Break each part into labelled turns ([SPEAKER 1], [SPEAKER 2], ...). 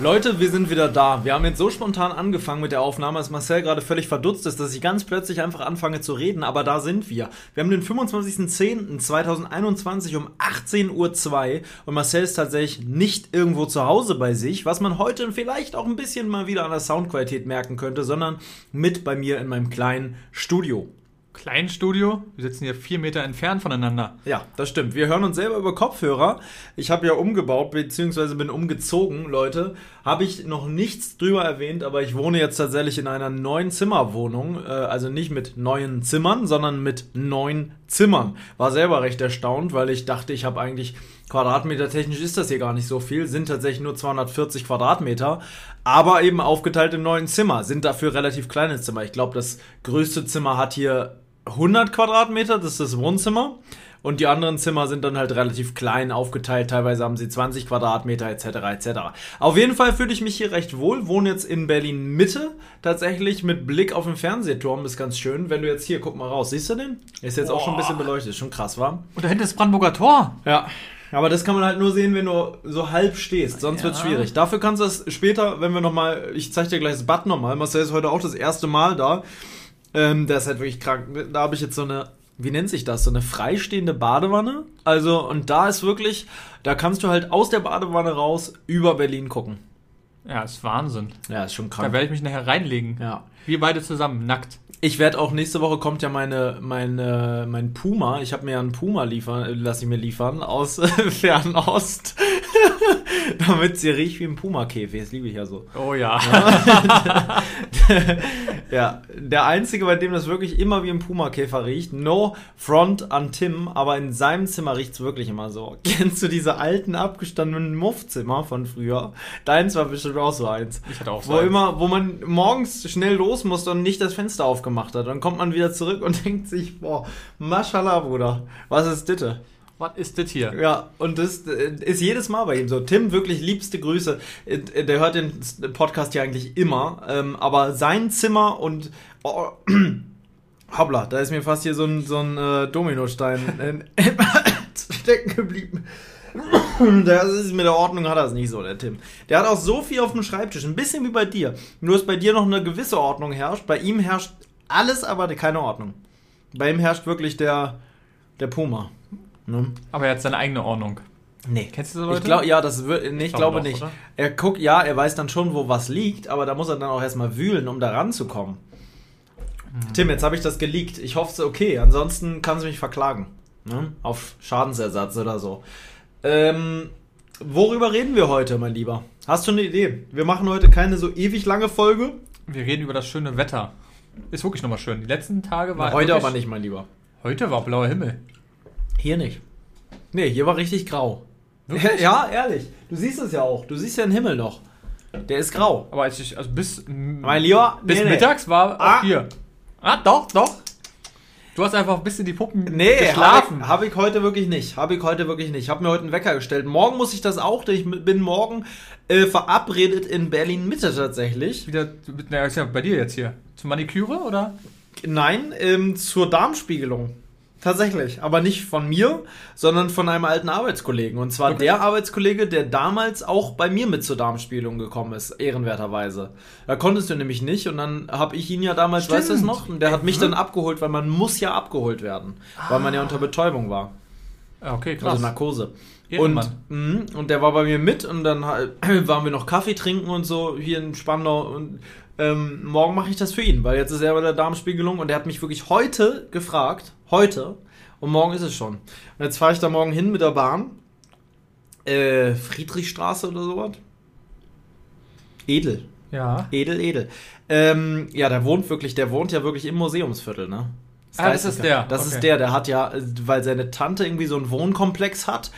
[SPEAKER 1] Leute, wir sind wieder da. Wir haben jetzt so spontan angefangen mit der Aufnahme, dass Marcel gerade völlig verdutzt ist, dass ich ganz plötzlich einfach anfange zu reden, aber da sind wir. Wir haben den 25.10.2021 um 18.02 Uhr und Marcel ist tatsächlich nicht irgendwo zu Hause bei sich, was man heute vielleicht auch ein bisschen mal wieder an der Soundqualität merken könnte, sondern mit bei mir in meinem kleinen Studio.
[SPEAKER 2] Kleinstudio. Wir sitzen hier vier Meter entfernt voneinander.
[SPEAKER 1] Ja, das stimmt. Wir hören uns selber über Kopfhörer. Ich habe ja umgebaut, beziehungsweise bin umgezogen, Leute. Habe ich noch nichts drüber erwähnt, aber ich wohne jetzt tatsächlich in einer neuen Zimmerwohnung. Äh, Also nicht mit neuen Zimmern, sondern mit neun Zimmern. War selber recht erstaunt, weil ich dachte, ich habe eigentlich Quadratmeter technisch ist das hier gar nicht so viel, sind tatsächlich nur 240 Quadratmeter, aber eben aufgeteilt im neuen Zimmer, sind dafür relativ kleine Zimmer. Ich glaube, das größte Zimmer hat hier 100 Quadratmeter, das ist das Wohnzimmer. Und die anderen Zimmer sind dann halt relativ klein aufgeteilt, teilweise haben sie 20 Quadratmeter etc. etc. Auf jeden Fall fühle ich mich hier recht wohl, wohne jetzt in Berlin Mitte, tatsächlich mit Blick auf den Fernsehturm, ist ganz schön. Wenn du jetzt hier, guck mal raus, siehst du den? Ist jetzt auch schon ein bisschen beleuchtet, ist schon krass, war.
[SPEAKER 2] Und da hinten ist Brandenburger Tor.
[SPEAKER 1] Ja, aber das kann man halt nur sehen, wenn du so halb stehst, sonst wird's
[SPEAKER 2] Ja.
[SPEAKER 1] schwierig. Dafür kannst du das später, wenn wir nochmal, ich zeig dir gleich das Bad nochmal, Marcel ist heute auch das erste Mal da, ähm, der ist halt wirklich krank, da habe ich jetzt so eine, wie nennt sich das, so eine freistehende Badewanne, also und da ist wirklich, da kannst du halt aus der Badewanne raus über Berlin gucken.
[SPEAKER 2] Ja, ist Wahnsinn.
[SPEAKER 1] Ja, ist schon
[SPEAKER 2] Da
[SPEAKER 1] krank.
[SPEAKER 2] werde ich mich nachher reinlegen.
[SPEAKER 1] Ja.
[SPEAKER 2] Wir beide zusammen, nackt.
[SPEAKER 1] Ich werde auch nächste Woche kommt ja meine meine mein Puma. Ich habe mir ja einen Puma liefern, lasse ich mir liefern aus Fernost, damit sie riecht wie ein Puma Käfig. Das liebe ich ja so.
[SPEAKER 2] Oh ja.
[SPEAKER 1] Ja, der einzige, bei dem das wirklich immer wie ein Puma Käfer riecht. No front an Tim, aber in seinem Zimmer riecht's wirklich immer so. Kennst du diese alten abgestandenen Muffzimmer von früher? Deins war bestimmt auch so eins.
[SPEAKER 2] Ich hatte auch so
[SPEAKER 1] Wo
[SPEAKER 2] eins.
[SPEAKER 1] immer, wo man morgens schnell los musste und nicht das Fenster aufgemacht hat. Dann kommt man wieder zurück und denkt sich, boah, Maschallah, Bruder, was ist ditte?
[SPEAKER 2] Was ist das hier?
[SPEAKER 1] Ja, und das äh, ist jedes Mal bei ihm so. Tim, wirklich liebste Grüße. Äh, äh, Der hört den S- Podcast ja eigentlich immer. Ähm, aber sein Zimmer und. Oh, hoppla, da ist mir fast hier so ein, so ein äh, Dominostein in- stecken geblieben. Das ist mit der Ordnung hat er es nicht so, der Tim. Der hat auch so viel auf dem Schreibtisch, ein bisschen wie bei dir. Nur dass bei dir noch eine gewisse Ordnung herrscht. Bei ihm herrscht alles, aber keine Ordnung. Bei ihm herrscht wirklich der, der Puma. Ne?
[SPEAKER 2] Aber er hat seine eigene Ordnung.
[SPEAKER 1] Nee.
[SPEAKER 2] Kennst du so Leute?
[SPEAKER 1] Ich glaube, ja, das wird, nee, ich
[SPEAKER 2] Glaube
[SPEAKER 1] glaube
[SPEAKER 2] doch,
[SPEAKER 1] nicht.
[SPEAKER 2] oder?
[SPEAKER 1] Er guckt, ja, er weiß dann schon, wo was liegt, aber da muss er dann auch erstmal wühlen, um da ranzukommen.
[SPEAKER 2] Hm.
[SPEAKER 1] Tim, jetzt habe ich das geleakt. Ich hoffe, es ist okay. Ansonsten kannst du mich verklagen. Ne? Auf Schadensersatz oder so. Ähm, worüber reden wir heute, mein Lieber? Hast du eine Idee? Wir machen heute keine so ewig lange Folge.
[SPEAKER 2] Wir reden über das schöne Wetter. Ist wirklich nochmal schön. Die letzten Tage war.
[SPEAKER 1] Heute
[SPEAKER 2] wirklich,
[SPEAKER 1] aber nicht, mein Lieber.
[SPEAKER 2] Heute war blauer Himmel.
[SPEAKER 1] Hier nicht. Nee, hier war richtig grau.
[SPEAKER 2] Wirklich?
[SPEAKER 1] Ja, ehrlich. Du siehst es ja auch. Du siehst ja den Himmel noch. Der ist grau.
[SPEAKER 2] Aber als ich. Also bis.
[SPEAKER 1] Mein Lieber,
[SPEAKER 2] Bis
[SPEAKER 1] nee, nee.
[SPEAKER 2] mittags war auch
[SPEAKER 1] Ah.
[SPEAKER 2] hier. Ah, doch, doch. Du hast einfach ein bisschen die Puppen
[SPEAKER 1] Nee,
[SPEAKER 2] geschlafen.
[SPEAKER 1] Habe hab ich heute wirklich nicht. Habe ich heute wirklich nicht. Habe mir heute einen Wecker gestellt. Morgen muss ich das auch, denn ich bin morgen äh, verabredet in Berlin Mitte tatsächlich.
[SPEAKER 2] Wieder, mit, na, ist ja bei dir jetzt hier. Zur Maniküre oder?
[SPEAKER 1] Nein, ähm, zur Darmspiegelung. Tatsächlich, aber nicht von mir, sondern von einem alten Arbeitskollegen. Und zwar der Arbeitskollege, der damals auch bei mir mit zur Darmspiegelung gekommen ist, ehrenwerterweise. Da konntest du nämlich nicht und dann habe ich ihn ja damals, weißt du es
[SPEAKER 2] Stimmt. Mhm.
[SPEAKER 1] noch? Und der hat mich dann abgeholt, weil man muss ja abgeholt werden, weil man ja unter Betäubung war.
[SPEAKER 2] Ah, Okay, krass.
[SPEAKER 1] Also Narkose. Und,
[SPEAKER 2] Ehrenmann.
[SPEAKER 1] mhm, und der war bei mir mit und dann halt, waren wir noch Kaffee trinken und so hier in Spandau und ähm, morgen mache ich das für ihn, weil jetzt ist er bei der Darmspiegelung und er hat mich wirklich heute gefragt, heute und morgen ist es schon. Und jetzt fahre ich da morgen hin mit der Bahn, äh, Friedrichstraße oder sowas. Edel.
[SPEAKER 2] Ja.
[SPEAKER 1] Edel, edel. Ähm, ja, der wohnt wirklich, der wohnt ja wirklich im Museumsviertel, ne?
[SPEAKER 2] Ah, das ist der.
[SPEAKER 1] Das
[SPEAKER 2] Okay.
[SPEAKER 1] ist der, der hat ja, äh, weil seine Tante irgendwie so einen Wohnkomplex hat,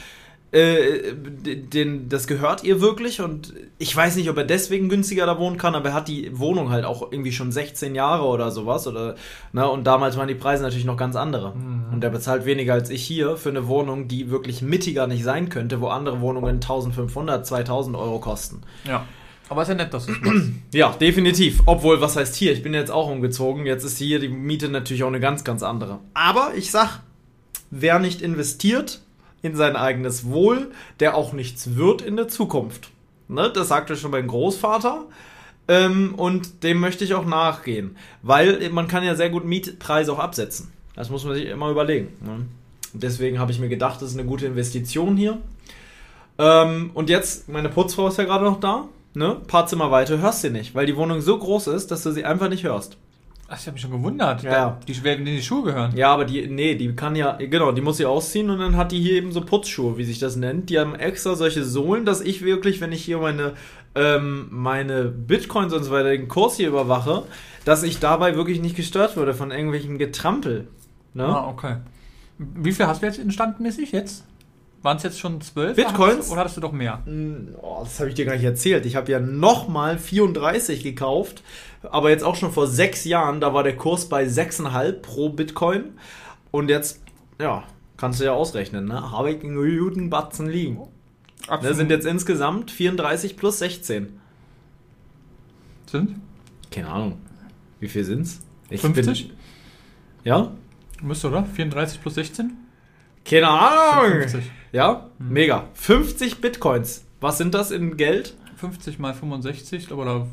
[SPEAKER 1] äh, den, den, das gehört ihr wirklich und ich weiß nicht, ob er deswegen günstiger da wohnen kann, aber er hat die Wohnung halt auch irgendwie schon 16 Jahre oder sowas oder, ne, und damals waren die Preise natürlich noch ganz andere.
[SPEAKER 2] Mhm.
[SPEAKER 1] Und der bezahlt weniger als ich hier für eine Wohnung, die wirklich mittiger nicht sein könnte, wo andere Wohnungen 1500, 2000 Euro kosten.
[SPEAKER 2] Ja. Aber ist ja nett, dass du es machst.
[SPEAKER 1] Ja, definitiv. Obwohl, was heißt hier? Ich bin jetzt auch umgezogen. Jetzt ist hier die Miete natürlich auch eine ganz, ganz andere. Aber ich sag, wer nicht investiert in sein eigenes Wohl, der auch nichts wird in der Zukunft. Ne? Das sagte schon mein Großvater. Ähm, und dem möchte ich auch nachgehen. Weil man kann ja sehr gut Mietpreise auch absetzen. Das muss man sich immer überlegen. Ne? Deswegen habe ich mir gedacht, das ist eine gute Investition hier. Ähm, und jetzt, meine Putzfrau ist ja gerade noch da. Ne? Paar Zimmer weiter hörst du nicht, weil die Wohnung so groß ist, dass du sie einfach nicht hörst.
[SPEAKER 2] Ach, ich habe mich schon gewundert.
[SPEAKER 1] Ja, ja.
[SPEAKER 2] Die werden in die Schuhe gehören.
[SPEAKER 1] Ja, aber die, nee, die kann ja, genau, die muss sie ausziehen und dann hat die hier eben so Putzschuhe, wie sich das nennt. Die haben extra solche Sohlen, dass ich wirklich, wenn ich hier meine, ähm, meine Bitcoins und so weiter, den Kurs hier überwache, dass ich dabei wirklich nicht gestört würde von irgendwelchem Getrampel. Ne?
[SPEAKER 2] Ah, okay. Wie viel hast du jetzt instandmäßig jetzt? Waren es jetzt schon zwölf?
[SPEAKER 1] Bitcoins?
[SPEAKER 2] Oder hattest du doch mehr?
[SPEAKER 1] Mm, Oh, das habe ich dir gar nicht erzählt. Ich habe ja nochmal 34 gekauft, aber jetzt auch schon vor sechs Jahren. Da war der Kurs bei 6,5 pro Bitcoin. Und jetzt, ja, kannst du ja ausrechnen, ne? Habe ich einen guten Batzen liegen. Ne, sind jetzt insgesamt 34 plus 16.
[SPEAKER 2] Sind?
[SPEAKER 1] Keine Ahnung. Wie viel sind's? Ich
[SPEAKER 2] 50?
[SPEAKER 1] Bin, ja?
[SPEAKER 2] Müsste, oder? 34 plus 16?
[SPEAKER 1] Keine Ahnung.
[SPEAKER 2] 50.
[SPEAKER 1] Ja? Mega. 50 Bitcoins. Was sind das in Geld?
[SPEAKER 2] 50 mal 65 oder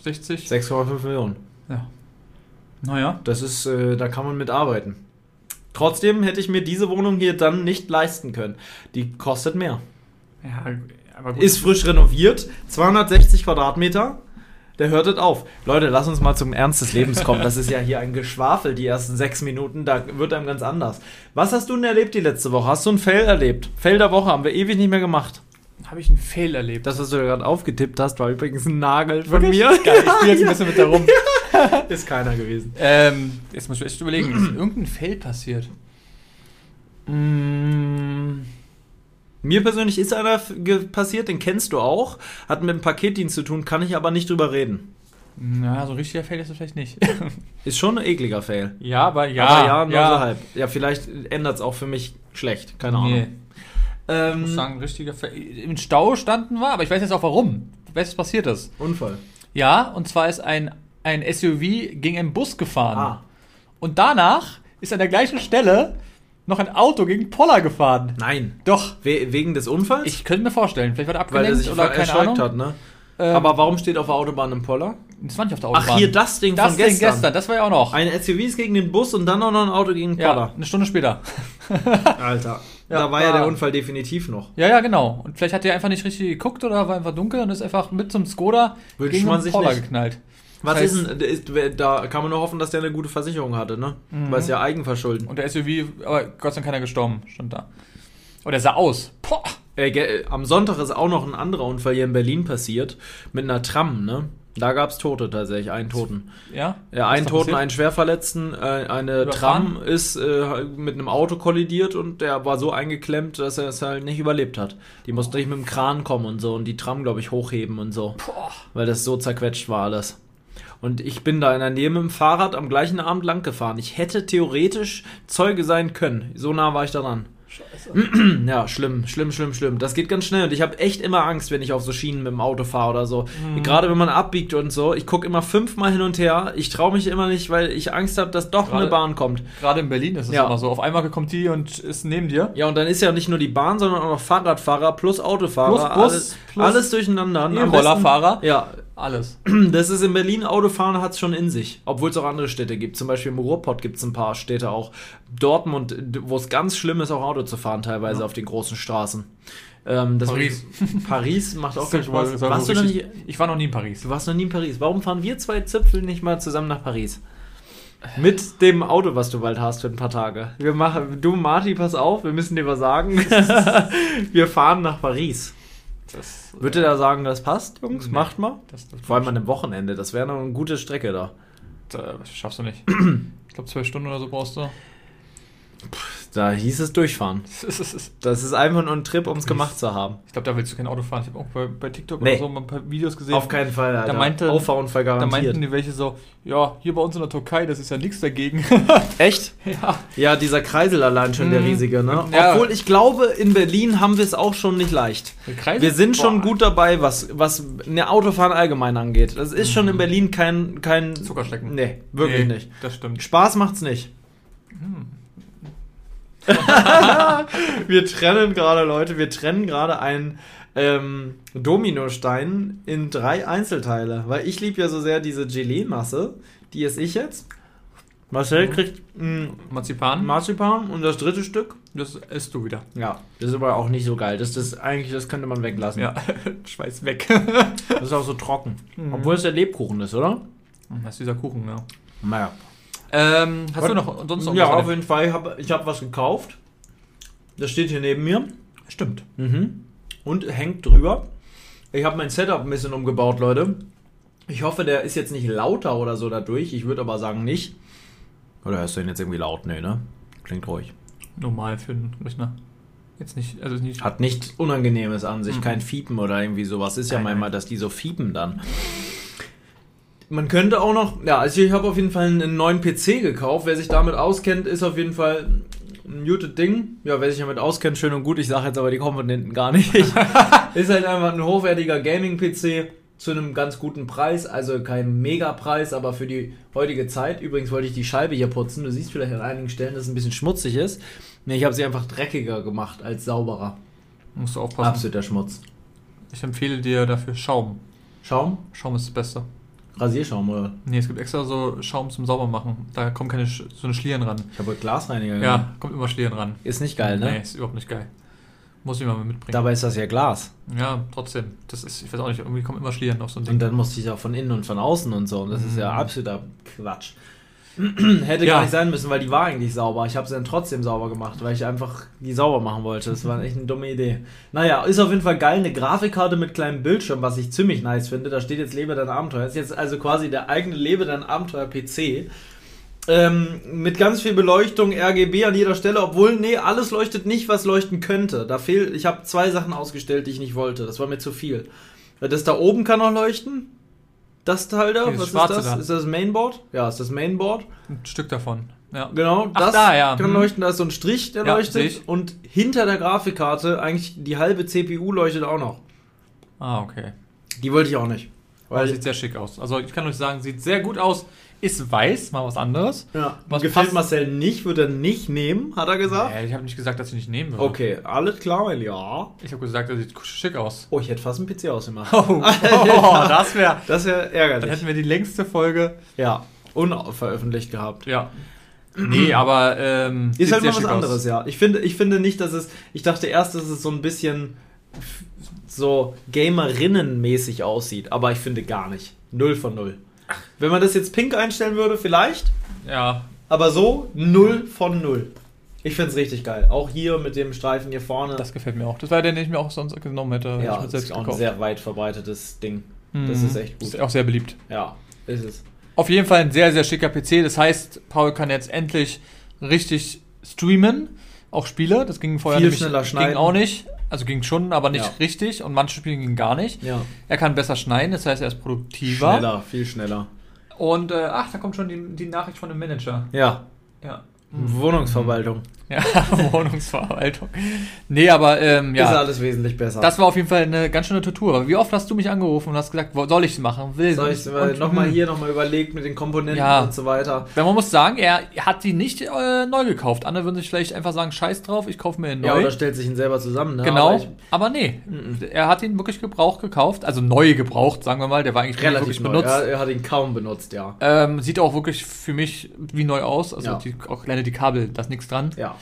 [SPEAKER 2] 60?
[SPEAKER 1] 6,5 Millionen.
[SPEAKER 2] Ja. Naja.
[SPEAKER 1] Das ist, äh, da kann man mit arbeiten. Trotzdem hätte ich mir diese Wohnung hier dann nicht leisten können. Die kostet mehr.
[SPEAKER 2] Ja, aber gut.
[SPEAKER 1] Ist frisch renoviert, 260 Quadratmeter. Der hört es auf. Leute, lass uns mal zum Ernst des Lebens kommen. Das ist ja hier ein Geschwafel, die ersten sechs Minuten. Da wird einem ganz anders. Was hast du denn erlebt die letzte Woche? Hast du ein Fail erlebt? Fail der Woche haben wir ewig nicht mehr gemacht.
[SPEAKER 2] habe ich einen Fail erlebt.
[SPEAKER 1] Das, was du da gerade aufgetippt hast, war übrigens ein Nagel von
[SPEAKER 2] Wirklich?
[SPEAKER 1] mir.
[SPEAKER 2] Geil, ich spiel jetzt ein bisschen mit da rum.
[SPEAKER 1] Ist keiner gewesen.
[SPEAKER 2] Ähm, jetzt muss ich echt überlegen, ist irgendein Fail passiert? Mm,
[SPEAKER 1] Mir persönlich ist einer f- ge- passiert, den kennst du auch, hat mit dem Paketdienst zu tun, kann ich aber nicht drüber reden.
[SPEAKER 2] na, so ein richtiger Fail ist es vielleicht nicht.
[SPEAKER 1] Ist schon ein ekliger Fail.
[SPEAKER 2] ja, aber ja.
[SPEAKER 1] aber ja, nur so halt. halb. Ja, vielleicht ändert es auch für mich schlecht, keine Ahnung.
[SPEAKER 2] Nee, ich
[SPEAKER 1] Ähm,
[SPEAKER 2] muss sagen, ein richtiger Fail. Im Stau standen wir, aber ich weiß jetzt auch warum. Was passiert ist.
[SPEAKER 1] Unfall.
[SPEAKER 2] Ja, und zwar ist ein, ein SUV gegen einen Bus gefahren.
[SPEAKER 1] Ah,
[SPEAKER 2] Und danach ist an der gleichen Stelle noch ein Auto gegen Poller gefahren.
[SPEAKER 1] nein.
[SPEAKER 2] Doch.
[SPEAKER 1] We wegen des Unfalls?
[SPEAKER 2] Ich könnte mir vorstellen, vielleicht war der
[SPEAKER 1] Weil er
[SPEAKER 2] abgelenkt
[SPEAKER 1] sich
[SPEAKER 2] oder keine
[SPEAKER 1] erschreckt
[SPEAKER 2] Ahnung.
[SPEAKER 1] hat, ne?
[SPEAKER 2] Ähm,
[SPEAKER 1] aber warum steht auf der Autobahn ein Poller?
[SPEAKER 2] das war nicht auf der Autobahn.
[SPEAKER 1] Ach, hier das Ding
[SPEAKER 2] das
[SPEAKER 1] von gestern.
[SPEAKER 2] Ding gestern, das war ja auch noch.
[SPEAKER 1] Ein SUV ist gegen den Bus und dann auch noch ein Auto gegen einen
[SPEAKER 2] ja,
[SPEAKER 1] Poller.
[SPEAKER 2] eine Stunde später.
[SPEAKER 1] Alter.
[SPEAKER 2] Ja,
[SPEAKER 1] da war ja
[SPEAKER 2] war-
[SPEAKER 1] der Unfall definitiv noch.
[SPEAKER 2] Ja, ja, genau. Und vielleicht hat er einfach nicht richtig geguckt oder war einfach dunkel und ist einfach mit zum Skoda
[SPEAKER 1] Wünscht
[SPEAKER 2] gegen
[SPEAKER 1] man
[SPEAKER 2] den
[SPEAKER 1] sich
[SPEAKER 2] Poller
[SPEAKER 1] nicht.
[SPEAKER 2] geknallt.
[SPEAKER 1] Was
[SPEAKER 2] Das heißt-
[SPEAKER 1] ist denn, ist, da kann man nur hoffen, dass der eine gute Versicherung hatte, ne?
[SPEAKER 2] Mhm.
[SPEAKER 1] Weil es ja Eigenverschulden.
[SPEAKER 2] Und der SUV, aber Gott sei Dank keiner gestorben, stand da. Und der sah aus. Boah.
[SPEAKER 1] Äh, ge- äh, am Sonntag ist auch noch ein anderer Unfall hier in Berlin passiert. Mit einer Tram, ne? Da gab's Tote tatsächlich, einen Toten.
[SPEAKER 2] Ja?
[SPEAKER 1] Ja,
[SPEAKER 2] Was
[SPEAKER 1] einen
[SPEAKER 2] ist
[SPEAKER 1] Toten,
[SPEAKER 2] da passiert?
[SPEAKER 1] einen Schwerverletzten. Äh, eine
[SPEAKER 2] Überfahren?
[SPEAKER 1] Tram ist äh, mit einem Auto kollidiert und der war so eingeklemmt, dass er es halt nicht überlebt hat. Die mussten nicht mit dem Kran kommen und so und die Tram, glaube ich, hochheben und so.
[SPEAKER 2] Boah.
[SPEAKER 1] weil das so zerquetscht war alles. Und ich bin da in der Nähe mit dem Fahrrad am gleichen Abend lang gefahren. Ich hätte theoretisch Zeuge sein können. So nah war ich daran.
[SPEAKER 2] Scheiße.
[SPEAKER 1] Ja, schlimm, schlimm, schlimm, schlimm. Das geht ganz schnell und ich habe echt immer Angst, wenn ich auf so Schienen mit dem Auto fahre oder so.
[SPEAKER 2] Hm.
[SPEAKER 1] Gerade wenn man abbiegt und so. Ich gucke immer fünfmal hin und her. Ich traue mich immer nicht, weil ich Angst habe, dass doch eine
[SPEAKER 2] Gerade-
[SPEAKER 1] Bahn kommt.
[SPEAKER 2] Gerade in Berlin ist es
[SPEAKER 1] Ja.
[SPEAKER 2] immer so. Auf einmal kommt die und ist neben dir.
[SPEAKER 1] Ja, und dann ist ja nicht nur die Bahn, sondern auch noch Fahrradfahrer plus Autofahrer.
[SPEAKER 2] Plus Bus,
[SPEAKER 1] alles,
[SPEAKER 2] plus
[SPEAKER 1] alles durcheinander. Und am
[SPEAKER 2] E-Rollerfahrer.
[SPEAKER 1] besten- Ja,
[SPEAKER 2] Alles.
[SPEAKER 1] Das ist in Berlin, Autofahren hat es schon in sich. Obwohl es auch andere Städte gibt. Zum Beispiel im Ruhrpott gibt es ein paar Städte auch. Dortmund, wo es ganz schlimm ist, auch Auto zu fahren, teilweise auf den großen Straßen. Ähm, deswegen- Paris macht auch keinen Spaß. Warst du, noch nie,
[SPEAKER 2] ich war noch nie in Paris.
[SPEAKER 1] du warst noch nie in Paris. Warum fahren wir zwei Zipfel nicht mal zusammen nach Paris? Mit dem Auto, was du bald hast für ein paar Tage. Wir machen, du, Marty, pass auf, wir müssen dir was sagen. wir fahren nach Paris.
[SPEAKER 2] Das, äh,
[SPEAKER 1] Würdet ihr da sagen, das passt, Jungs?
[SPEAKER 2] Nee.
[SPEAKER 1] Macht mal.
[SPEAKER 2] das, das,
[SPEAKER 1] Vor allem an einem Wochenende. Das wäre noch eine gute Strecke da.
[SPEAKER 2] äh, schaffst du nicht. Ich glaube, zwölf Stunden oder so brauchst du.
[SPEAKER 1] Da hieß es durchfahren.
[SPEAKER 2] Ich
[SPEAKER 1] Das ist einfach nur ein Trip, um es gemacht zu haben.
[SPEAKER 2] glaube, da willst du kein Auto fahren. Ich habe auch bei, bei TikTok
[SPEAKER 1] Nee.
[SPEAKER 2] oder so mal ein paar Videos gesehen.
[SPEAKER 1] Auf keinen Fall, Alter.
[SPEAKER 2] Da meinte-
[SPEAKER 1] Auffahrunfall
[SPEAKER 2] Da
[SPEAKER 1] garantiert.
[SPEAKER 2] meinten die welche so, ja, hier bei uns in der Türkei, das ist ja nichts dagegen.
[SPEAKER 1] Echt?
[SPEAKER 2] ja.
[SPEAKER 1] Ja, dieser Kreisel allein schon, der
[SPEAKER 2] Mhm.
[SPEAKER 1] riesige, ne?
[SPEAKER 2] Ja.
[SPEAKER 1] Obwohl, ich glaube, in Berlin haben wir es auch schon nicht leicht.
[SPEAKER 2] Der Kreis-
[SPEAKER 1] Wir sind schon
[SPEAKER 2] Boah.
[SPEAKER 1] gut dabei, was, was ne Autofahren allgemein angeht. Das ist schon in Berlin kein... kein
[SPEAKER 2] Zuckerschlecken.
[SPEAKER 1] Nee, wirklich
[SPEAKER 2] Mhm. Nee,
[SPEAKER 1] nicht.
[SPEAKER 2] Das stimmt. Hm.
[SPEAKER 1] Spaß macht's nicht. wir trennen gerade, Leute, wir trennen gerade einen ähm, Dominostein in drei Einzelteile. Weil ich liebe ja so sehr diese Gelee-Masse. Die esse ich jetzt. Mhm. Marcel kriegt mh,
[SPEAKER 2] Marzipan,
[SPEAKER 1] Marzipan und das dritte Stück.
[SPEAKER 2] das isst du wieder.
[SPEAKER 1] Ja, das ist aber auch nicht so geil. Das ist eigentlich, das könnte man weglassen.
[SPEAKER 2] Ja, Schweiß weg. Hm,
[SPEAKER 1] Das ist auch so trocken. Obwohl es der Lebkuchen ist, oder?
[SPEAKER 2] das ist dieser Kuchen, ja.
[SPEAKER 1] Naja.
[SPEAKER 2] Ähm, hast
[SPEAKER 1] Was?
[SPEAKER 2] du noch sonst noch
[SPEAKER 1] Ja,
[SPEAKER 2] was?
[SPEAKER 1] auf jeden Fall. Ich habe ich hab was gekauft. Das steht hier neben mir.
[SPEAKER 2] Stimmt.
[SPEAKER 1] Mhm. Und hängt drüber. Ich habe mein Setup ein bisschen umgebaut, Leute. Ich hoffe, der ist jetzt nicht lauter oder so dadurch. Ich würde aber sagen nicht. Oder hörst du ihn jetzt irgendwie laut? Nee, ne? Klingt ruhig.
[SPEAKER 2] Normal für einen Rechner. Jetzt nicht, also nicht.
[SPEAKER 1] Hat nichts Unangenehmes an sich,
[SPEAKER 2] Mhm.
[SPEAKER 1] kein Fiepen oder irgendwie sowas. Ist ja
[SPEAKER 2] Nein,
[SPEAKER 1] manchmal, dass die so fiepen dann. Man könnte auch noch, ja, also ich habe auf jeden Fall einen neuen PC gekauft. Wer sich damit auskennt, ist auf jeden Fall ein muted Ding. Ja, wer sich damit auskennt, schön und gut. Ich sage jetzt aber die Komponenten gar nicht. ist halt einfach ein hochwertiger Gaming-PC zu einem ganz guten Preis. Also kein Megapreis, aber für die heutige Zeit. Übrigens wollte ich die Scheibe hier putzen. Du siehst vielleicht an einigen Stellen, dass es ein bisschen schmutzig ist. Nee, ich habe sie einfach dreckiger gemacht als sauberer.
[SPEAKER 2] Musst du aufpassen.
[SPEAKER 1] Absoluter Schmutz.
[SPEAKER 2] Ich empfehle dir dafür Schaum.
[SPEAKER 1] Schaum?
[SPEAKER 2] Schaum ist das Beste.
[SPEAKER 1] Rasierschaum, oder?
[SPEAKER 2] Nee, es gibt extra so Schaum zum Saubermachen. Da kommen keine Sch so eine Schlieren ran.
[SPEAKER 1] Ich habe Glasreiniger
[SPEAKER 2] Ja,
[SPEAKER 1] genommen.
[SPEAKER 2] kommt immer Schlieren ran.
[SPEAKER 1] Ist nicht geil, ne?
[SPEAKER 2] Nee, ist überhaupt nicht geil. Muss ich mal mitbringen.
[SPEAKER 1] Dabei ist das ja Glas.
[SPEAKER 2] ja, trotzdem. Das ist, ich weiß auch nicht, irgendwie kommen immer Schlieren auf so ein Ding.
[SPEAKER 1] Und dann musste ich ja von innen und von außen und so. Und das ist ja
[SPEAKER 2] Mhm.
[SPEAKER 1] absoluter Quatsch. Hätte
[SPEAKER 2] Ja.
[SPEAKER 1] gar nicht sein müssen, weil die war eigentlich sauber. Ich habe sie dann trotzdem sauber gemacht, weil ich einfach die sauber machen wollte. Das war echt eine dumme Idee. Naja, ist auf jeden Fall geil. Eine Grafikkarte mit kleinem Bildschirm, was ich ziemlich nice finde. Da steht jetzt Lebe dein Abenteuer. Ist jetzt also quasi der eigene Lebe dein Abenteuer PC. Ähm, mit ganz viel Beleuchtung, RGB an jeder Stelle, obwohl, nee, alles leuchtet nicht, was leuchten könnte. Da fehlt, ich habe zwei Sachen ausgestellt, die ich nicht wollte. Das war mir zu viel. Das da oben kann noch leuchten. Das Teil da,
[SPEAKER 2] Dieses
[SPEAKER 1] was ist
[SPEAKER 2] schwarze
[SPEAKER 1] das?
[SPEAKER 2] da.
[SPEAKER 1] Ist das Mainboard? Ja, ist das Mainboard.
[SPEAKER 2] Ein Stück davon. Ja.
[SPEAKER 1] Genau,
[SPEAKER 2] Ach,
[SPEAKER 1] das
[SPEAKER 2] da, ja.
[SPEAKER 1] kann
[SPEAKER 2] Hm.
[SPEAKER 1] leuchten. Da ist so ein Strich, der
[SPEAKER 2] Ja,
[SPEAKER 1] leuchtet.
[SPEAKER 2] sehe ich.
[SPEAKER 1] Und hinter der Grafikkarte, eigentlich die halbe CPU leuchtet auch noch.
[SPEAKER 2] Ah, okay.
[SPEAKER 1] Die wollte ich auch nicht.
[SPEAKER 2] Weil
[SPEAKER 1] Weil,
[SPEAKER 2] sieht sehr schick aus. Also ich kann euch sagen, sieht sehr gut aus. Ist weiß, mal was anderes.
[SPEAKER 1] ja,
[SPEAKER 2] Was
[SPEAKER 1] gefällt
[SPEAKER 2] passt-
[SPEAKER 1] Marcel nicht, wird er nicht nehmen, hat er gesagt.
[SPEAKER 2] Nee, Äh, ich habe nicht gesagt, dass ich nicht nehmen würde.
[SPEAKER 1] Okay, alles klar, mein ja.
[SPEAKER 2] Ich habe gesagt, das sieht schick aus.
[SPEAKER 1] Oh, ich hätte fast einen PC ausgemacht.
[SPEAKER 2] Oh, das wäre.
[SPEAKER 1] Das wäre
[SPEAKER 2] Dann
[SPEAKER 1] ärgerlich.
[SPEAKER 2] hätten wir die längste Folge.
[SPEAKER 1] Ja, unveröffentlicht gehabt.
[SPEAKER 2] Ja. Nee, aber ähm,
[SPEAKER 1] Ist
[SPEAKER 2] sieht
[SPEAKER 1] halt
[SPEAKER 2] sehr
[SPEAKER 1] mal was
[SPEAKER 2] schick aus.
[SPEAKER 1] anderes, ja. Ich finde, ich finde nicht, dass es. Ich dachte erst, dass es so ein bisschen f- so Gamerinnen-mäßig aussieht, aber ich finde gar nicht. Null von null. Wenn man das jetzt pink einstellen würde, vielleicht,
[SPEAKER 2] Ja.
[SPEAKER 1] aber so null von null. Ich finde es richtig geil. Auch hier mit dem Streifen hier vorne.
[SPEAKER 2] Das gefällt mir auch. Das war der, den ich mir auch sonst genommen hätte. hätte
[SPEAKER 1] ja,
[SPEAKER 2] ich mir
[SPEAKER 1] das ist auch ein sehr weit verbreitetes Ding. Das
[SPEAKER 2] Mhm.
[SPEAKER 1] ist echt gut.
[SPEAKER 2] Ist auch sehr beliebt.
[SPEAKER 1] Ja, ist es.
[SPEAKER 2] Auf jeden Fall ein sehr, sehr schicker PC. Das heißt, Paul kann jetzt endlich richtig streamen. Auch Spiele. Das ging vorher
[SPEAKER 1] Viel
[SPEAKER 2] nämlich,
[SPEAKER 1] schneller schneiden.
[SPEAKER 2] Ging auch nicht. Also ging schon, aber nicht
[SPEAKER 1] Ja.
[SPEAKER 2] richtig. Und manche Spiele gingen gar nicht.
[SPEAKER 1] Ja.
[SPEAKER 2] Er kann besser schneiden. Das heißt, er ist produktiver.
[SPEAKER 1] Schneller, viel schneller.
[SPEAKER 2] Und äh, ach, da kommt schon die, die Nachricht von dem Manager.
[SPEAKER 1] Ja,
[SPEAKER 2] Ja.
[SPEAKER 1] Wohnungsverwaltung.
[SPEAKER 2] Ja, Wohnungsverwaltung. Nee, aber ähm,
[SPEAKER 1] Ist
[SPEAKER 2] ja.
[SPEAKER 1] alles wesentlich besser.
[SPEAKER 2] Das war auf jeden Fall eine ganz schöne Tortur. Aber Wie oft hast du mich angerufen und hast gesagt, wo- soll ich es machen? Will
[SPEAKER 1] Soll ich mal
[SPEAKER 2] und- hm. Mhm.
[SPEAKER 1] nochmal hier nochmal überlegt mit den Komponenten
[SPEAKER 2] Ja.
[SPEAKER 1] und so weiter.
[SPEAKER 2] Weil man muss sagen, er hat die nicht äh, neu gekauft. Andere würden sich vielleicht einfach sagen, scheiß drauf, ich kaufe mir einen
[SPEAKER 1] Ja,
[SPEAKER 2] neu.
[SPEAKER 1] oder stellt sich ihn selber zusammen. Ne?
[SPEAKER 2] genau,
[SPEAKER 1] Aber
[SPEAKER 2] aber,
[SPEAKER 1] ich,
[SPEAKER 2] nee. Er hat ihn wirklich gebraucht gekauft. Also neu gebraucht, sagen wir mal. Der war eigentlich nie
[SPEAKER 1] relativ
[SPEAKER 2] wirklich
[SPEAKER 1] neu.
[SPEAKER 2] benutzt.
[SPEAKER 1] Ja, er hat ihn kaum benutzt, ja.
[SPEAKER 2] Ähm, sieht auch wirklich für mich wie neu aus. Also
[SPEAKER 1] Ja.
[SPEAKER 2] die, auch alleine die Kabel, da ist nichts dran.
[SPEAKER 1] Ja,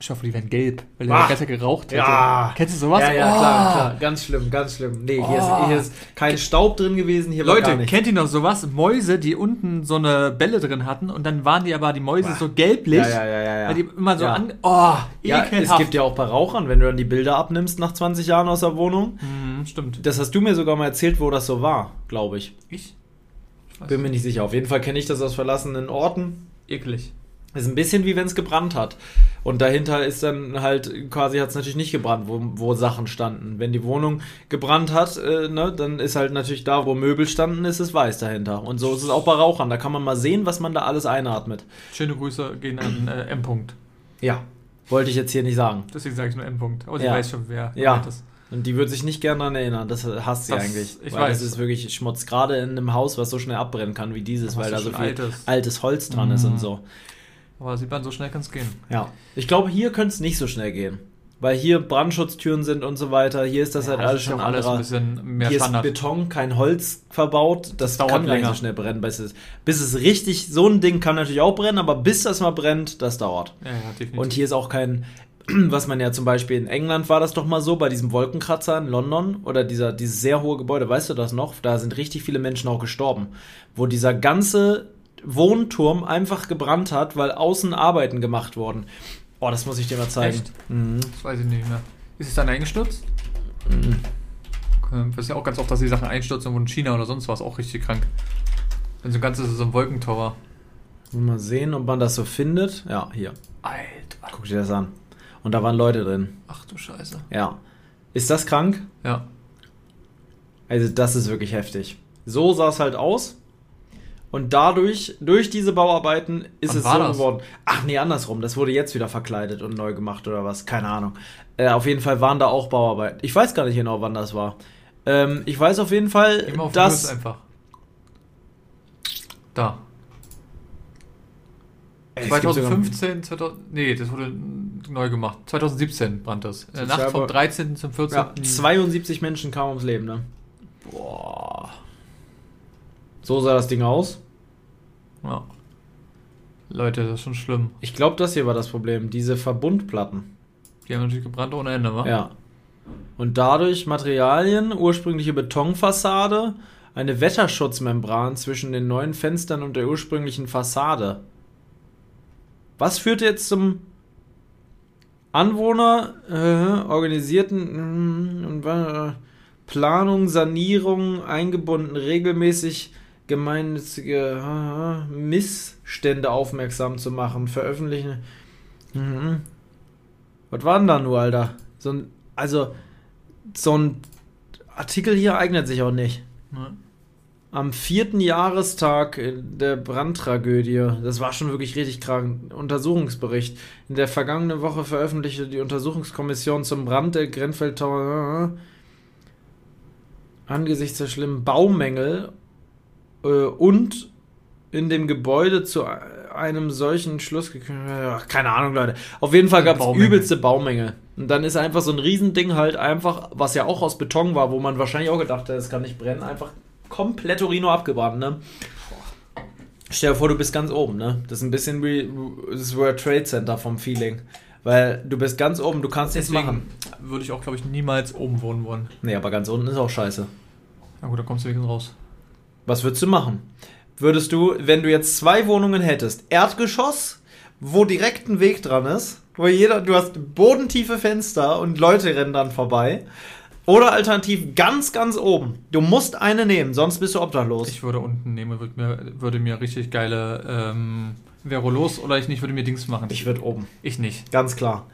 [SPEAKER 2] Ich hoffe, die werden gelb, weil
[SPEAKER 1] Ah.
[SPEAKER 2] er besser geraucht hätte.
[SPEAKER 1] Ja.
[SPEAKER 2] Kennst du sowas?
[SPEAKER 1] ja, ja
[SPEAKER 2] Oh.
[SPEAKER 1] klar, klar. Ganz schlimm, ganz schlimm. Nee, hier, ist,
[SPEAKER 2] Oh.
[SPEAKER 1] hier ist kein Staub drin gewesen. Hier war gar
[SPEAKER 2] Leute,
[SPEAKER 1] nichts.
[SPEAKER 2] kennt ihr noch sowas? Mäuse, die unten so eine Bälle drin hatten und dann waren die aber die Mäuse
[SPEAKER 1] Bah.
[SPEAKER 2] so gelblich,
[SPEAKER 1] ja, ja, ja, ja, ja.
[SPEAKER 2] weil die immer so
[SPEAKER 1] ja.
[SPEAKER 2] an. Oh,
[SPEAKER 1] Ja,
[SPEAKER 2] ekelhaft.
[SPEAKER 1] es gibt ja auch bei Rauchern, wenn du dann die Bilder abnimmst nach 20 Jahren aus der Wohnung,
[SPEAKER 2] Mhm, stimmt.
[SPEAKER 1] Das hast du mir sogar mal erzählt, wo das so war, glaube ich.
[SPEAKER 2] Ich? ich weiß
[SPEAKER 1] Bin mir nicht sicher. Auf jeden Fall kenne ich das aus verlassenen Orten.
[SPEAKER 2] Eklig.
[SPEAKER 1] Ist ein bisschen wie wenn es gebrannt hat. Und dahinter ist dann halt, quasi hat es natürlich nicht gebrannt, wo, wo Sachen standen. Wenn die Wohnung gebrannt hat, äh, ne, dann ist halt natürlich da, wo Möbel standen, ist es weiß dahinter. Und so ist es auch bei Rauchern. Da kann man mal sehen, was man da alles einatmet.
[SPEAKER 2] Schöne Grüße gehen an äh, M. -Punkt.
[SPEAKER 1] Ja, wollte ich jetzt hier nicht sagen.
[SPEAKER 2] Deswegen sage ich nur M. -Punkt. Aber sie
[SPEAKER 1] Ja.
[SPEAKER 2] weiß schon, wer
[SPEAKER 1] Ja.
[SPEAKER 2] wer das ist.
[SPEAKER 1] Und die wird sich nicht gern daran erinnern. Das hasst sie
[SPEAKER 2] Das-
[SPEAKER 1] eigentlich.
[SPEAKER 2] ich
[SPEAKER 1] weil
[SPEAKER 2] weiß.
[SPEAKER 1] Das ist wirklich Schmutz. Gerade in einem Haus, was so schnell abbrennen kann wie dieses,
[SPEAKER 2] Was
[SPEAKER 1] weil da
[SPEAKER 2] so
[SPEAKER 1] so viel
[SPEAKER 2] schon alt ist. Mhm.
[SPEAKER 1] altes Holz dran ist und so.
[SPEAKER 2] Aber sieht man, so schnell kann es gehen.
[SPEAKER 1] Ja. Ich glaube, hier könnte es nicht so schnell gehen. Weil hier Brandschutztüren sind und so weiter. Hier ist das halt
[SPEAKER 2] Ja,
[SPEAKER 1] alles
[SPEAKER 2] ist
[SPEAKER 1] schon
[SPEAKER 2] ja auch alles ein
[SPEAKER 1] anderer.
[SPEAKER 2] bisschen mehr
[SPEAKER 1] Hier
[SPEAKER 2] Standard.
[SPEAKER 1] ist Beton, kein Holz verbaut. Das,
[SPEAKER 2] dauert
[SPEAKER 1] kann gar nicht
[SPEAKER 2] länger.
[SPEAKER 1] so schnell brennen. Bis es, bis es richtig, so ein Ding kann natürlich auch brennen, aber bis das mal brennt, das dauert.
[SPEAKER 2] ja, ja, definitiv.
[SPEAKER 1] Und hier ist auch kein, was man ja zum Beispiel in England war das doch mal so, bei diesem Wolkenkratzer in London oder dieser, dieses sehr hohe Gebäude, weißt du das noch? Da sind richtig viele Menschen auch gestorben, wo dieser ganze Wohnturm einfach gebrannt hat, weil außen Arbeiten gemacht wurden. Oh, das muss ich dir mal zeigen.
[SPEAKER 2] Echt?
[SPEAKER 1] Mhm.
[SPEAKER 2] Das weiß ich nicht mehr. Ist es dann eingestürzt? Mhm. Das ist ja auch ganz oft, dass die Sachen einstürzen und in China oder sonst was auch richtig krank. Wenn so ein ganzes so ein Wolkentower.
[SPEAKER 1] Mal sehen, ob man das so findet. Ja, hier.
[SPEAKER 2] Alter.
[SPEAKER 1] Guck dir das an. Und da waren Leute drin.
[SPEAKER 2] Ach du Scheiße.
[SPEAKER 1] Ja. Ist das krank?
[SPEAKER 2] Ja.
[SPEAKER 1] Also das ist wirklich heftig. So sah es halt aus. Und dadurch, durch diese Bauarbeiten, ist
[SPEAKER 2] Wann
[SPEAKER 1] es
[SPEAKER 2] war
[SPEAKER 1] so
[SPEAKER 2] das?
[SPEAKER 1] geworden. Ach nee, andersrum. Das wurde jetzt wieder verkleidet und neu gemacht oder was. Keine Ahnung. Äh, auf jeden Fall waren da auch Bauarbeiten. Ich weiß gar nicht genau, wann das war. Ähm, ich weiß auf jeden Fall,
[SPEAKER 2] Immer auf
[SPEAKER 1] dass...
[SPEAKER 2] das News einfach. Da.
[SPEAKER 1] Ey, es gibt sogar-
[SPEAKER 2] 2015, 2000, nee, das wurde neu gemacht. 2017 brannte es. In der
[SPEAKER 1] Sozial-
[SPEAKER 2] Nacht Äh, vom 13. zum 14.
[SPEAKER 1] Ja, 72 Menschen kamen ums Leben, ne? Boah. So sah das Ding aus.
[SPEAKER 2] Ja. Leute, das ist schon schlimm.
[SPEAKER 1] Ich glaube, das hier war das Problem. Diese Verbundplatten.
[SPEAKER 2] Die haben natürlich gebrannt ohne Ende, wa?
[SPEAKER 1] Ja. Und dadurch Materialien, ursprüngliche Betonfassade, eine Wetterschutzmembran zwischen den neuen Fenstern und der ursprünglichen Fassade. Was führt jetzt zum Anwohner äh, organisierten mm, und, äh, Planung, Sanierung eingebunden, regelmäßig gemeinnützige äh, Missstände aufmerksam zu machen, veröffentlichen. Mhm. Was war denn da nur, Alter? So ein, also, so ein Artikel hier eignet sich auch nicht.
[SPEAKER 2] Ne?
[SPEAKER 1] Am vierten Jahrestag der Brandtragödie, das war schon wirklich richtig krank, Untersuchungsbericht. In der vergangenen Woche veröffentlichte die Untersuchungskommission zum Brand der Grenfell Tower äh, angesichts der schlimmen Baumängel äh, und in dem Gebäude zu e-, einem solchen Schluss gekommen. Ach, Keine Ahnung, Leute. Auf jeden Fall gab es
[SPEAKER 2] Baumängel.
[SPEAKER 1] übelste Baumenge. Und dann ist einfach so ein Riesending halt einfach, was ja auch aus Beton war, wo man wahrscheinlich auch gedacht hat, es kann nicht brennen, einfach komplett Torino abgebrannt, ne? Stell dir vor, du bist ganz oben, ne? Das ist ein bisschen wie das World Trade Center vom Feeling. Weil du bist ganz oben, du kannst nichts machen.
[SPEAKER 2] Deswegen würde ich auch, glaube ich, niemals oben wohnen wollen.
[SPEAKER 1] Nee, aber ganz unten ist auch scheiße.
[SPEAKER 2] Na gut, da kommst du wenigstens raus.
[SPEAKER 1] Was würdest du machen? Würdest du, wenn du jetzt zwei Wohnungen hättest, Erdgeschoss, wo direkt ein Weg dran ist, wo jeder, du hast bodentiefe Fenster und Leute rennen dann vorbei, oder alternativ ganz, ganz oben. Du musst eine nehmen, sonst bist du obdachlos.
[SPEAKER 2] Ich würde unten nehmen, würde mir, würde mir richtig geile ähm, Vero los oder ich nicht, würde mir Dings machen.
[SPEAKER 1] ich würde oben.
[SPEAKER 2] Ich nicht.
[SPEAKER 1] Ganz klar.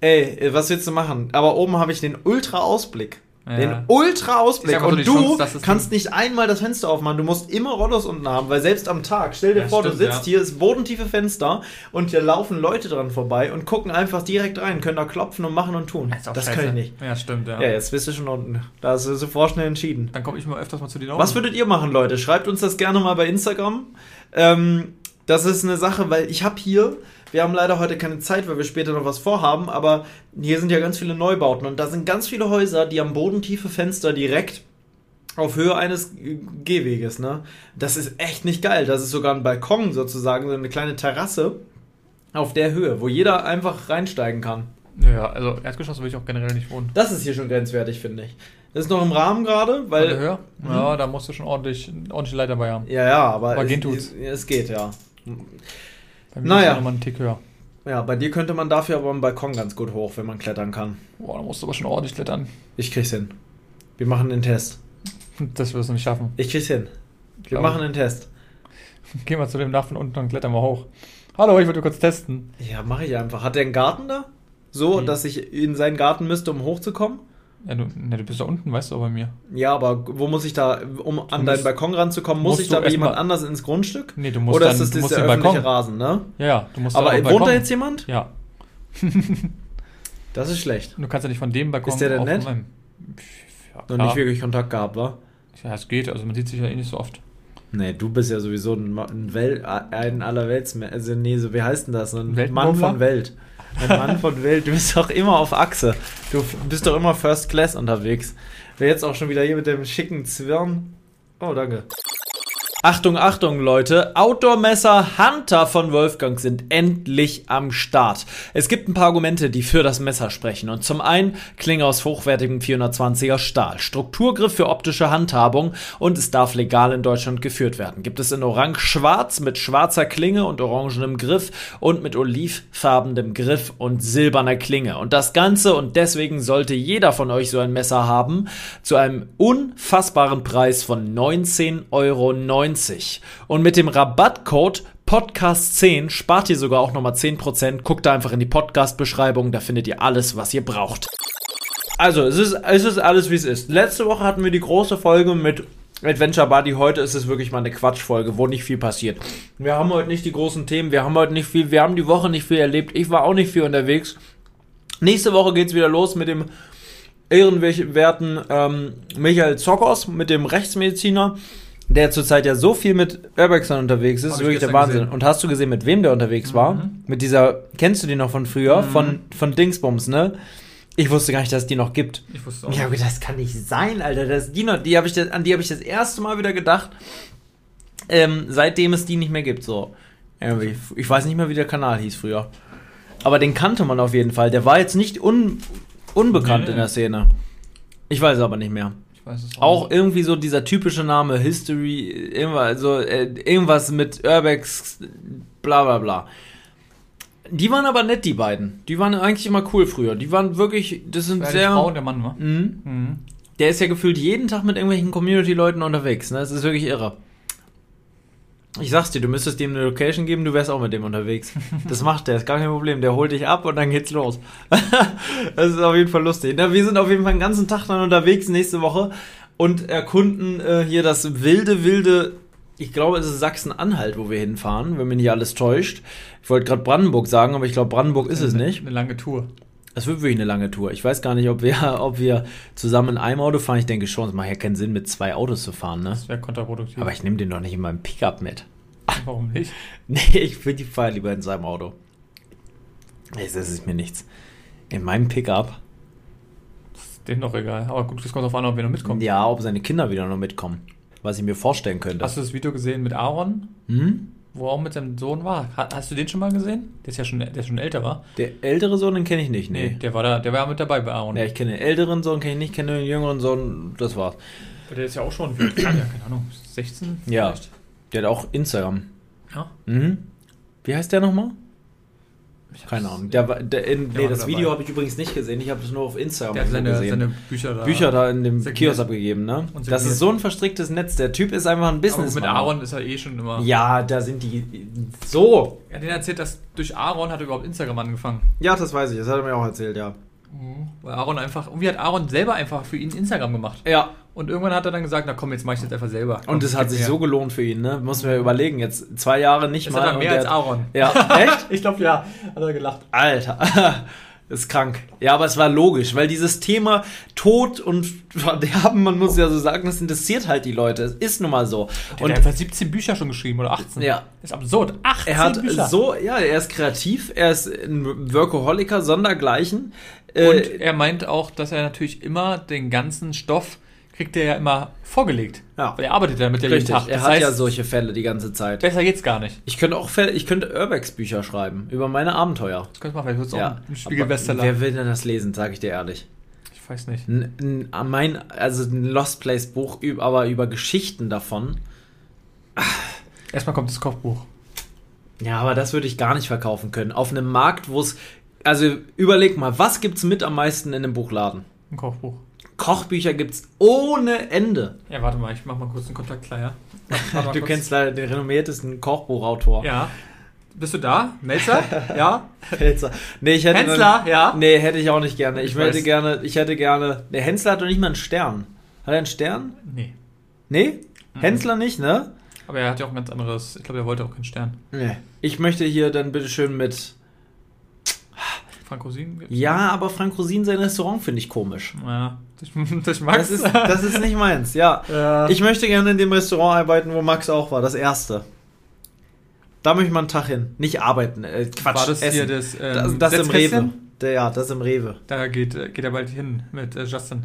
[SPEAKER 1] Ey, äh, was willst du machen? Aber oben habe ich den Ultra-Ausblick.
[SPEAKER 2] Ja.
[SPEAKER 1] Den
[SPEAKER 2] Ist
[SPEAKER 1] Ultra-Ausblick.
[SPEAKER 2] einfach nur die
[SPEAKER 1] Und du
[SPEAKER 2] Chance, dass es-
[SPEAKER 1] kannst nicht einmal das Fenster aufmachen. Du musst immer Rollos unten haben, weil selbst am Tag, stell dir
[SPEAKER 2] Ja,
[SPEAKER 1] vor, du
[SPEAKER 2] stimmt,
[SPEAKER 1] sitzt
[SPEAKER 2] ja.
[SPEAKER 1] hier, ist bodentiefe Fenster und hier laufen Leute dran vorbei und gucken einfach direkt rein, können da klopfen und machen und tun.
[SPEAKER 2] auch
[SPEAKER 1] Das
[SPEAKER 2] scheiße.
[SPEAKER 1] kann ich nicht.
[SPEAKER 2] Ja, stimmt, ja.
[SPEAKER 1] Ja, jetzt bist du schon unten. Da hast du sofort schnell entschieden.
[SPEAKER 2] Dann komme ich mal öfters mal zu dir
[SPEAKER 1] Was würdet ihr machen, Leute? Schreibt uns das gerne mal bei Instagram. Ähm, das ist eine Sache, weil ich habe hier, wir haben leider heute keine Zeit, weil wir später noch was vorhaben, aber hier sind ja ganz viele Neubauten und da sind ganz viele Häuser, die am Boden tiefe Fenster direkt auf Höhe eines äh, Gehweges, ne? Das ist echt nicht geil. Das ist sogar ein Balkon sozusagen, so eine kleine Terrasse auf der Höhe, wo jeder einfach reinsteigen kann.
[SPEAKER 2] Ja, also Erdgeschoss würde ich auch generell nicht wohnen.
[SPEAKER 1] Das ist hier schon grenzwertig, finde ich. Das ist noch im Rahmen gerade, weil Mhm.
[SPEAKER 2] Von der Höhe? Ja, da musst du schon ordentlich, ordentlich Leiter bei haben.
[SPEAKER 1] Ja, ja, aber,
[SPEAKER 2] Aber
[SPEAKER 1] es,
[SPEAKER 2] gehen tut's.
[SPEAKER 1] Es, es geht, ja.
[SPEAKER 2] Bei mir
[SPEAKER 1] Naja.
[SPEAKER 2] ist ja nochmal einen Tick höher.
[SPEAKER 1] Ja, bei dir könnte man dafür aber am Balkon ganz gut hoch, wenn man klettern kann.
[SPEAKER 2] Boah, da musst du aber schon ordentlich klettern.
[SPEAKER 1] Ich krieg's hin. Wir machen einen Test.
[SPEAKER 2] Dass wir das nicht schaffen.
[SPEAKER 1] Ich krieg's hin. Wir
[SPEAKER 2] Glaub
[SPEAKER 1] machen einen Test.
[SPEAKER 2] Gehen wir zu dem nach von unten und klettern wir hoch. Hallo, ich wollte kurz testen.
[SPEAKER 1] Ja, mache ich einfach. Hat der einen Garten da? So,
[SPEAKER 2] Nee.
[SPEAKER 1] dass ich in seinen Garten müsste, um hochzukommen?
[SPEAKER 2] Ja, du, ne, du bist da unten, weißt du, bei mir.
[SPEAKER 1] Ja, aber wo muss ich da, um an
[SPEAKER 2] musst-
[SPEAKER 1] deinen Balkon ranzukommen, muss
[SPEAKER 2] musst
[SPEAKER 1] ich
[SPEAKER 2] du
[SPEAKER 1] da bei
[SPEAKER 2] erst
[SPEAKER 1] jemand
[SPEAKER 2] mal-
[SPEAKER 1] anders ins Grundstück?
[SPEAKER 2] Nee, du musst
[SPEAKER 1] Oder
[SPEAKER 2] dann-
[SPEAKER 1] ist das,
[SPEAKER 2] du
[SPEAKER 1] das
[SPEAKER 2] musst
[SPEAKER 1] der
[SPEAKER 2] den
[SPEAKER 1] öffentliche
[SPEAKER 2] Balkon.
[SPEAKER 1] Rasen, ne?
[SPEAKER 2] Ja, ja, du musst
[SPEAKER 1] Aber
[SPEAKER 2] auf den
[SPEAKER 1] wohnt da
[SPEAKER 2] Balkon.
[SPEAKER 1] jetzt jemand?
[SPEAKER 2] Ja,
[SPEAKER 1] Das ist schlecht.
[SPEAKER 2] und du kannst ja nicht von dem Balkon
[SPEAKER 1] Ist der denn
[SPEAKER 2] auf
[SPEAKER 1] nett?
[SPEAKER 2] meinem- Ja,
[SPEAKER 1] Noch
[SPEAKER 2] klar.
[SPEAKER 1] nicht wirklich Kontakt gehabt, wa?
[SPEAKER 2] Ja, es geht, also man sieht sich ja eh nicht so oft.
[SPEAKER 1] Nee, du bist ja sowieso ein, Ma- ein, Wel ein allerwelts, also nee, so, wie heißt denn das? Ein Mann
[SPEAKER 2] Weltenbummler?
[SPEAKER 1] von Welt. Ein Mann von Welt, du bist doch immer auf Achse. Du f- bist doch immer First Class unterwegs. Wer jetzt auch schon wieder hier mit dem schicken Zwirn. Oh, danke. Achtung, Achtung, Leute. Outdoor-Messer Hunter von Wolfgang sind endlich am Start. Es gibt ein paar Argumente, die für das Messer sprechen. Und zum einen Klinge aus hochwertigem 420er Stahl, Strukturgriff für optische Handhabung und es darf legal in Deutschland geführt werden. Gibt es in Orange-Schwarz mit schwarzer Klinge und orangenem Griff und mit olivfarbenem Griff und silberner Klinge. Und das Ganze und deswegen sollte jeder von euch so ein Messer haben zu einem unfassbaren Preis von 19,90 Euro. Und mit dem Rabattcode Podcast 10 spart ihr sogar auch nochmal 10%. Guckt da einfach in die Podcast-Beschreibung, da findet ihr alles, was ihr braucht. Also, es ist, es ist alles, wie es ist. Letzte Woche hatten wir die große Folge mit Adventure Buddy. Heute ist es wirklich mal eine Quatschfolge, wo nicht viel passiert. Wir haben heute nicht die großen Themen, wir haben heute nicht viel, wir haben die Woche nicht viel erlebt. Ich war auch nicht viel unterwegs. Nächste Woche geht's wieder los mit dem ehrenwerten ähm, Michael Zokos, mit dem Rechtsmediziner, der zurzeit ja so viel mit Urbexern unterwegs ist.
[SPEAKER 2] Hab
[SPEAKER 1] Ist
[SPEAKER 2] ich
[SPEAKER 1] wirklich der
[SPEAKER 2] gestern
[SPEAKER 1] Wahnsinn.
[SPEAKER 2] gesehen. Mhm.
[SPEAKER 1] Und hast du gesehen, mit wem der unterwegs war? Mit dieser, kennst du die noch von früher? Von, von Dingsbums, ne? Ich wusste gar nicht, dass es die noch gibt.
[SPEAKER 2] Ich wusste
[SPEAKER 1] Ja, aber das kann nicht sein, Alter. Das, die noch, die hab ich, das- an die habe ich das erste Mal wieder gedacht, ähm, seitdem es die nicht mehr gibt. So. Irgendwie. Ich weiß nicht mehr, wie der Kanal hieß früher. Aber den kannte man auf jeden Fall. Der war jetzt nicht un, unbekannt
[SPEAKER 2] Nee.
[SPEAKER 1] in der Szene. Ich weiß aber nicht mehr.
[SPEAKER 2] Ich weiß es
[SPEAKER 1] Auch
[SPEAKER 2] nicht.
[SPEAKER 1] irgendwie so dieser typische Name, History, irgendwas, so, äh, irgendwas mit Urbex, bla bla bla. Die waren aber nett, die beiden. Die waren eigentlich immer cool früher. Die waren wirklich, das sind
[SPEAKER 2] Ja, die
[SPEAKER 1] sehr.
[SPEAKER 2] Frau und der Mann, wa?
[SPEAKER 1] Mhm.
[SPEAKER 2] Mhm.
[SPEAKER 1] Der ist ja gefühlt jeden Tag mit irgendwelchen Community-Leuten unterwegs. Ne? Das ist wirklich irre. Ich sag's dir, du müsstest dem eine Location geben, du wärst auch mit dem unterwegs. Das macht der, ist gar kein Problem. Der holt dich ab und dann geht's los. das ist auf jeden Fall lustig. Na, wir sind auf jeden Fall den ganzen Tag dann unterwegs nächste Woche und erkunden äh, hier das wilde, wilde, ich glaube, es ist Sachsen-Anhalt, wo wir hinfahren, wenn mich nicht alles täuscht. Ich wollte gerade Brandenburg sagen, aber ich glaube, Brandenburg ist es
[SPEAKER 2] Eine-
[SPEAKER 1] nicht.
[SPEAKER 2] Eine lange Tour.
[SPEAKER 1] Es wird wirklich eine lange Tour. Ich weiß gar nicht, ob wir, ob wir zusammen in einem Auto fahren. Ich denke schon, es macht ja keinen Sinn, mit zwei Autos zu fahren, ne?
[SPEAKER 2] Das wäre kontraproduktiv.
[SPEAKER 1] Aber ich nehme den doch nicht in meinem Pickup mit.
[SPEAKER 2] Warum nicht?
[SPEAKER 1] Nee, ich will die Feier lieber in seinem Auto. Nee, Das ist mir nichts. In meinem Pickup.
[SPEAKER 2] Ist denen doch egal. Aber gut, das kommt drauf an, ob wir noch mitkommen.
[SPEAKER 1] Ja, ob seine Kinder wieder noch mitkommen. Was ich mir vorstellen könnte.
[SPEAKER 2] Hast du das Video gesehen mit Aaron,
[SPEAKER 1] Hm?
[SPEAKER 2] wo er auch mit seinem Sohn war? Ha- Hast du den schon mal gesehen? Der ist ja schon, der ist schon älter, war.
[SPEAKER 1] Der ältere Sohn, den kenne ich nicht, nee.
[SPEAKER 2] Der war da, der war ja mit dabei bei Aaron.
[SPEAKER 1] Ja, ich kenne den älteren Sohn, kenne ich nicht, kenne den jüngeren Sohn, das war's.
[SPEAKER 2] Der ist ja auch schon, wie alt war der? keine Ahnung, 16?
[SPEAKER 1] Ja.
[SPEAKER 2] vielleicht?
[SPEAKER 1] Der hat auch Instagram.
[SPEAKER 2] ja.
[SPEAKER 1] Mhm. Wie heißt der nochmal?
[SPEAKER 2] Ich
[SPEAKER 1] Keine
[SPEAKER 2] hab's-
[SPEAKER 1] Ahnung. Der, war- der, in,
[SPEAKER 2] Der
[SPEAKER 1] nee,
[SPEAKER 2] war
[SPEAKER 1] das
[SPEAKER 2] dabei.
[SPEAKER 1] Video habe ich übrigens nicht gesehen. Ich habe das nur auf Instagram
[SPEAKER 2] Der hat seine,
[SPEAKER 1] gesehen.
[SPEAKER 2] seine Bücher da.
[SPEAKER 1] Bücher da in dem
[SPEAKER 2] Signiert.
[SPEAKER 1] Kiosk abgegeben, ne?
[SPEAKER 2] Und
[SPEAKER 1] Das
[SPEAKER 2] signiert.
[SPEAKER 1] ist so ein verstricktes Netz. Der Typ ist einfach ein
[SPEAKER 2] Aber
[SPEAKER 1] Business.
[SPEAKER 2] mit Aaron ist er eh schon immer.
[SPEAKER 1] Ja, da sind die. So.
[SPEAKER 2] Er hat denen erzählt, dass durch Aaron hat er überhaupt Instagram angefangen.
[SPEAKER 1] Ja, das weiß ich. Das hat er mir auch erzählt, ja.
[SPEAKER 2] Weil Aaron einfach, irgendwie hat Aaron selber einfach für ihn Instagram gemacht.
[SPEAKER 1] Ja.
[SPEAKER 2] Und irgendwann hat er dann gesagt, na komm, jetzt mach ich das einfach selber.
[SPEAKER 1] Und es hat sich so gelohnt für ihn, ne? Muss man ja überlegen. Jetzt zwei Jahre nicht
[SPEAKER 2] Ich
[SPEAKER 1] mal.
[SPEAKER 2] mal
[SPEAKER 1] und
[SPEAKER 2] mehr
[SPEAKER 1] der
[SPEAKER 2] als
[SPEAKER 1] hat-
[SPEAKER 2] Aaron.
[SPEAKER 1] Ja, echt?
[SPEAKER 2] Ich glaube ja, hat er gelacht.
[SPEAKER 1] Alter, ist krank. Ja, aber es war logisch, weil dieses Thema Tod und Verderben, man muss ja so sagen, das interessiert halt die Leute. Es ist nun mal so.
[SPEAKER 2] Und
[SPEAKER 1] Und
[SPEAKER 2] er hat 17 Bücher schon geschrieben oder 18.
[SPEAKER 1] Ja.
[SPEAKER 2] Ist absurd. 18
[SPEAKER 1] er hat
[SPEAKER 2] Bücher.
[SPEAKER 1] so, ja, er ist kreativ, er ist ein Workaholiker, Sondergleichen.
[SPEAKER 2] und
[SPEAKER 1] Äh,
[SPEAKER 2] er meint auch, dass er natürlich immer den ganzen Stoff kriegt er ja immer vorgelegt.
[SPEAKER 1] Ja.
[SPEAKER 2] Weil er arbeitet damit ja jeden
[SPEAKER 1] richtig,
[SPEAKER 2] Tag.
[SPEAKER 1] er
[SPEAKER 2] Das
[SPEAKER 1] hat
[SPEAKER 2] heißt,
[SPEAKER 1] ja solche Fälle die ganze Zeit.
[SPEAKER 2] besser geht's gar nicht.
[SPEAKER 1] Ich könnte auch Fälle, ich könnte Urbex-Bücher schreiben über meine Abenteuer.
[SPEAKER 2] Das könnte man vielleicht wird's
[SPEAKER 1] Ja,
[SPEAKER 2] auch ein
[SPEAKER 1] aber
[SPEAKER 2] Spiegelbestseller.
[SPEAKER 1] Wer will denn das lesen, sage ich dir ehrlich.
[SPEAKER 2] Ich weiß nicht.
[SPEAKER 1] N- n- mein, also ein Lost Place Buch, üb- aber über Geschichten davon.
[SPEAKER 2] Erstmal kommt das Kochbuch.
[SPEAKER 1] Ja, aber das würde ich gar nicht verkaufen können. Auf einem Markt, wo es. Also überleg mal, was gibt's mit am meisten in einem Buchladen?
[SPEAKER 2] Ein Kochbuch.
[SPEAKER 1] Kochbücher gibt's ohne Ende.
[SPEAKER 2] Ja, warte mal, ich mach mal kurz einen Kontakt klar, ja. Warte mal
[SPEAKER 1] Du
[SPEAKER 2] kurz.
[SPEAKER 1] kennst leider den renommiertesten Kochbuchautor.
[SPEAKER 2] Ja. Bist du da? Melzer? Ja?
[SPEAKER 1] Hälzer. Nee, ich hätte
[SPEAKER 2] Hensler? Ja?
[SPEAKER 1] Nee, hätte ich auch nicht gerne. Ich,
[SPEAKER 2] Ich
[SPEAKER 1] hätte
[SPEAKER 2] weiß.
[SPEAKER 1] gerne, ich hätte gerne. Nee, Hensler hat doch nicht mal einen Stern. Hat er einen Stern?
[SPEAKER 2] Nee.
[SPEAKER 1] Nee?
[SPEAKER 2] Mhm.
[SPEAKER 1] Hensler nicht, ne?
[SPEAKER 2] Aber er hat ja auch ein ganz anderes. Ich glaube, er wollte auch keinen Stern.
[SPEAKER 1] Nee. Ich möchte hier dann bitteschön mit.
[SPEAKER 2] Frank Rosin? gibt's?
[SPEAKER 1] Ja, aber Frank Rosin sein Restaurant finde ich komisch.
[SPEAKER 2] Ja. Ich, ich mag's.
[SPEAKER 1] Das ist, das ist nicht meins, ja.
[SPEAKER 2] Ja.
[SPEAKER 1] Ich möchte gerne in dem Restaurant arbeiten, wo Max auch war, das erste. Da möchte ich mal einen Tag hin. Nicht arbeiten, äh, Quatsch.
[SPEAKER 2] War das
[SPEAKER 1] essen.
[SPEAKER 2] hier das, ähm,
[SPEAKER 1] das, das im
[SPEAKER 2] Setzkästchen?
[SPEAKER 1] Rewe. Der, ja, das im Rewe.
[SPEAKER 2] Da geht, äh, geht er bald hin mit äh, Justin.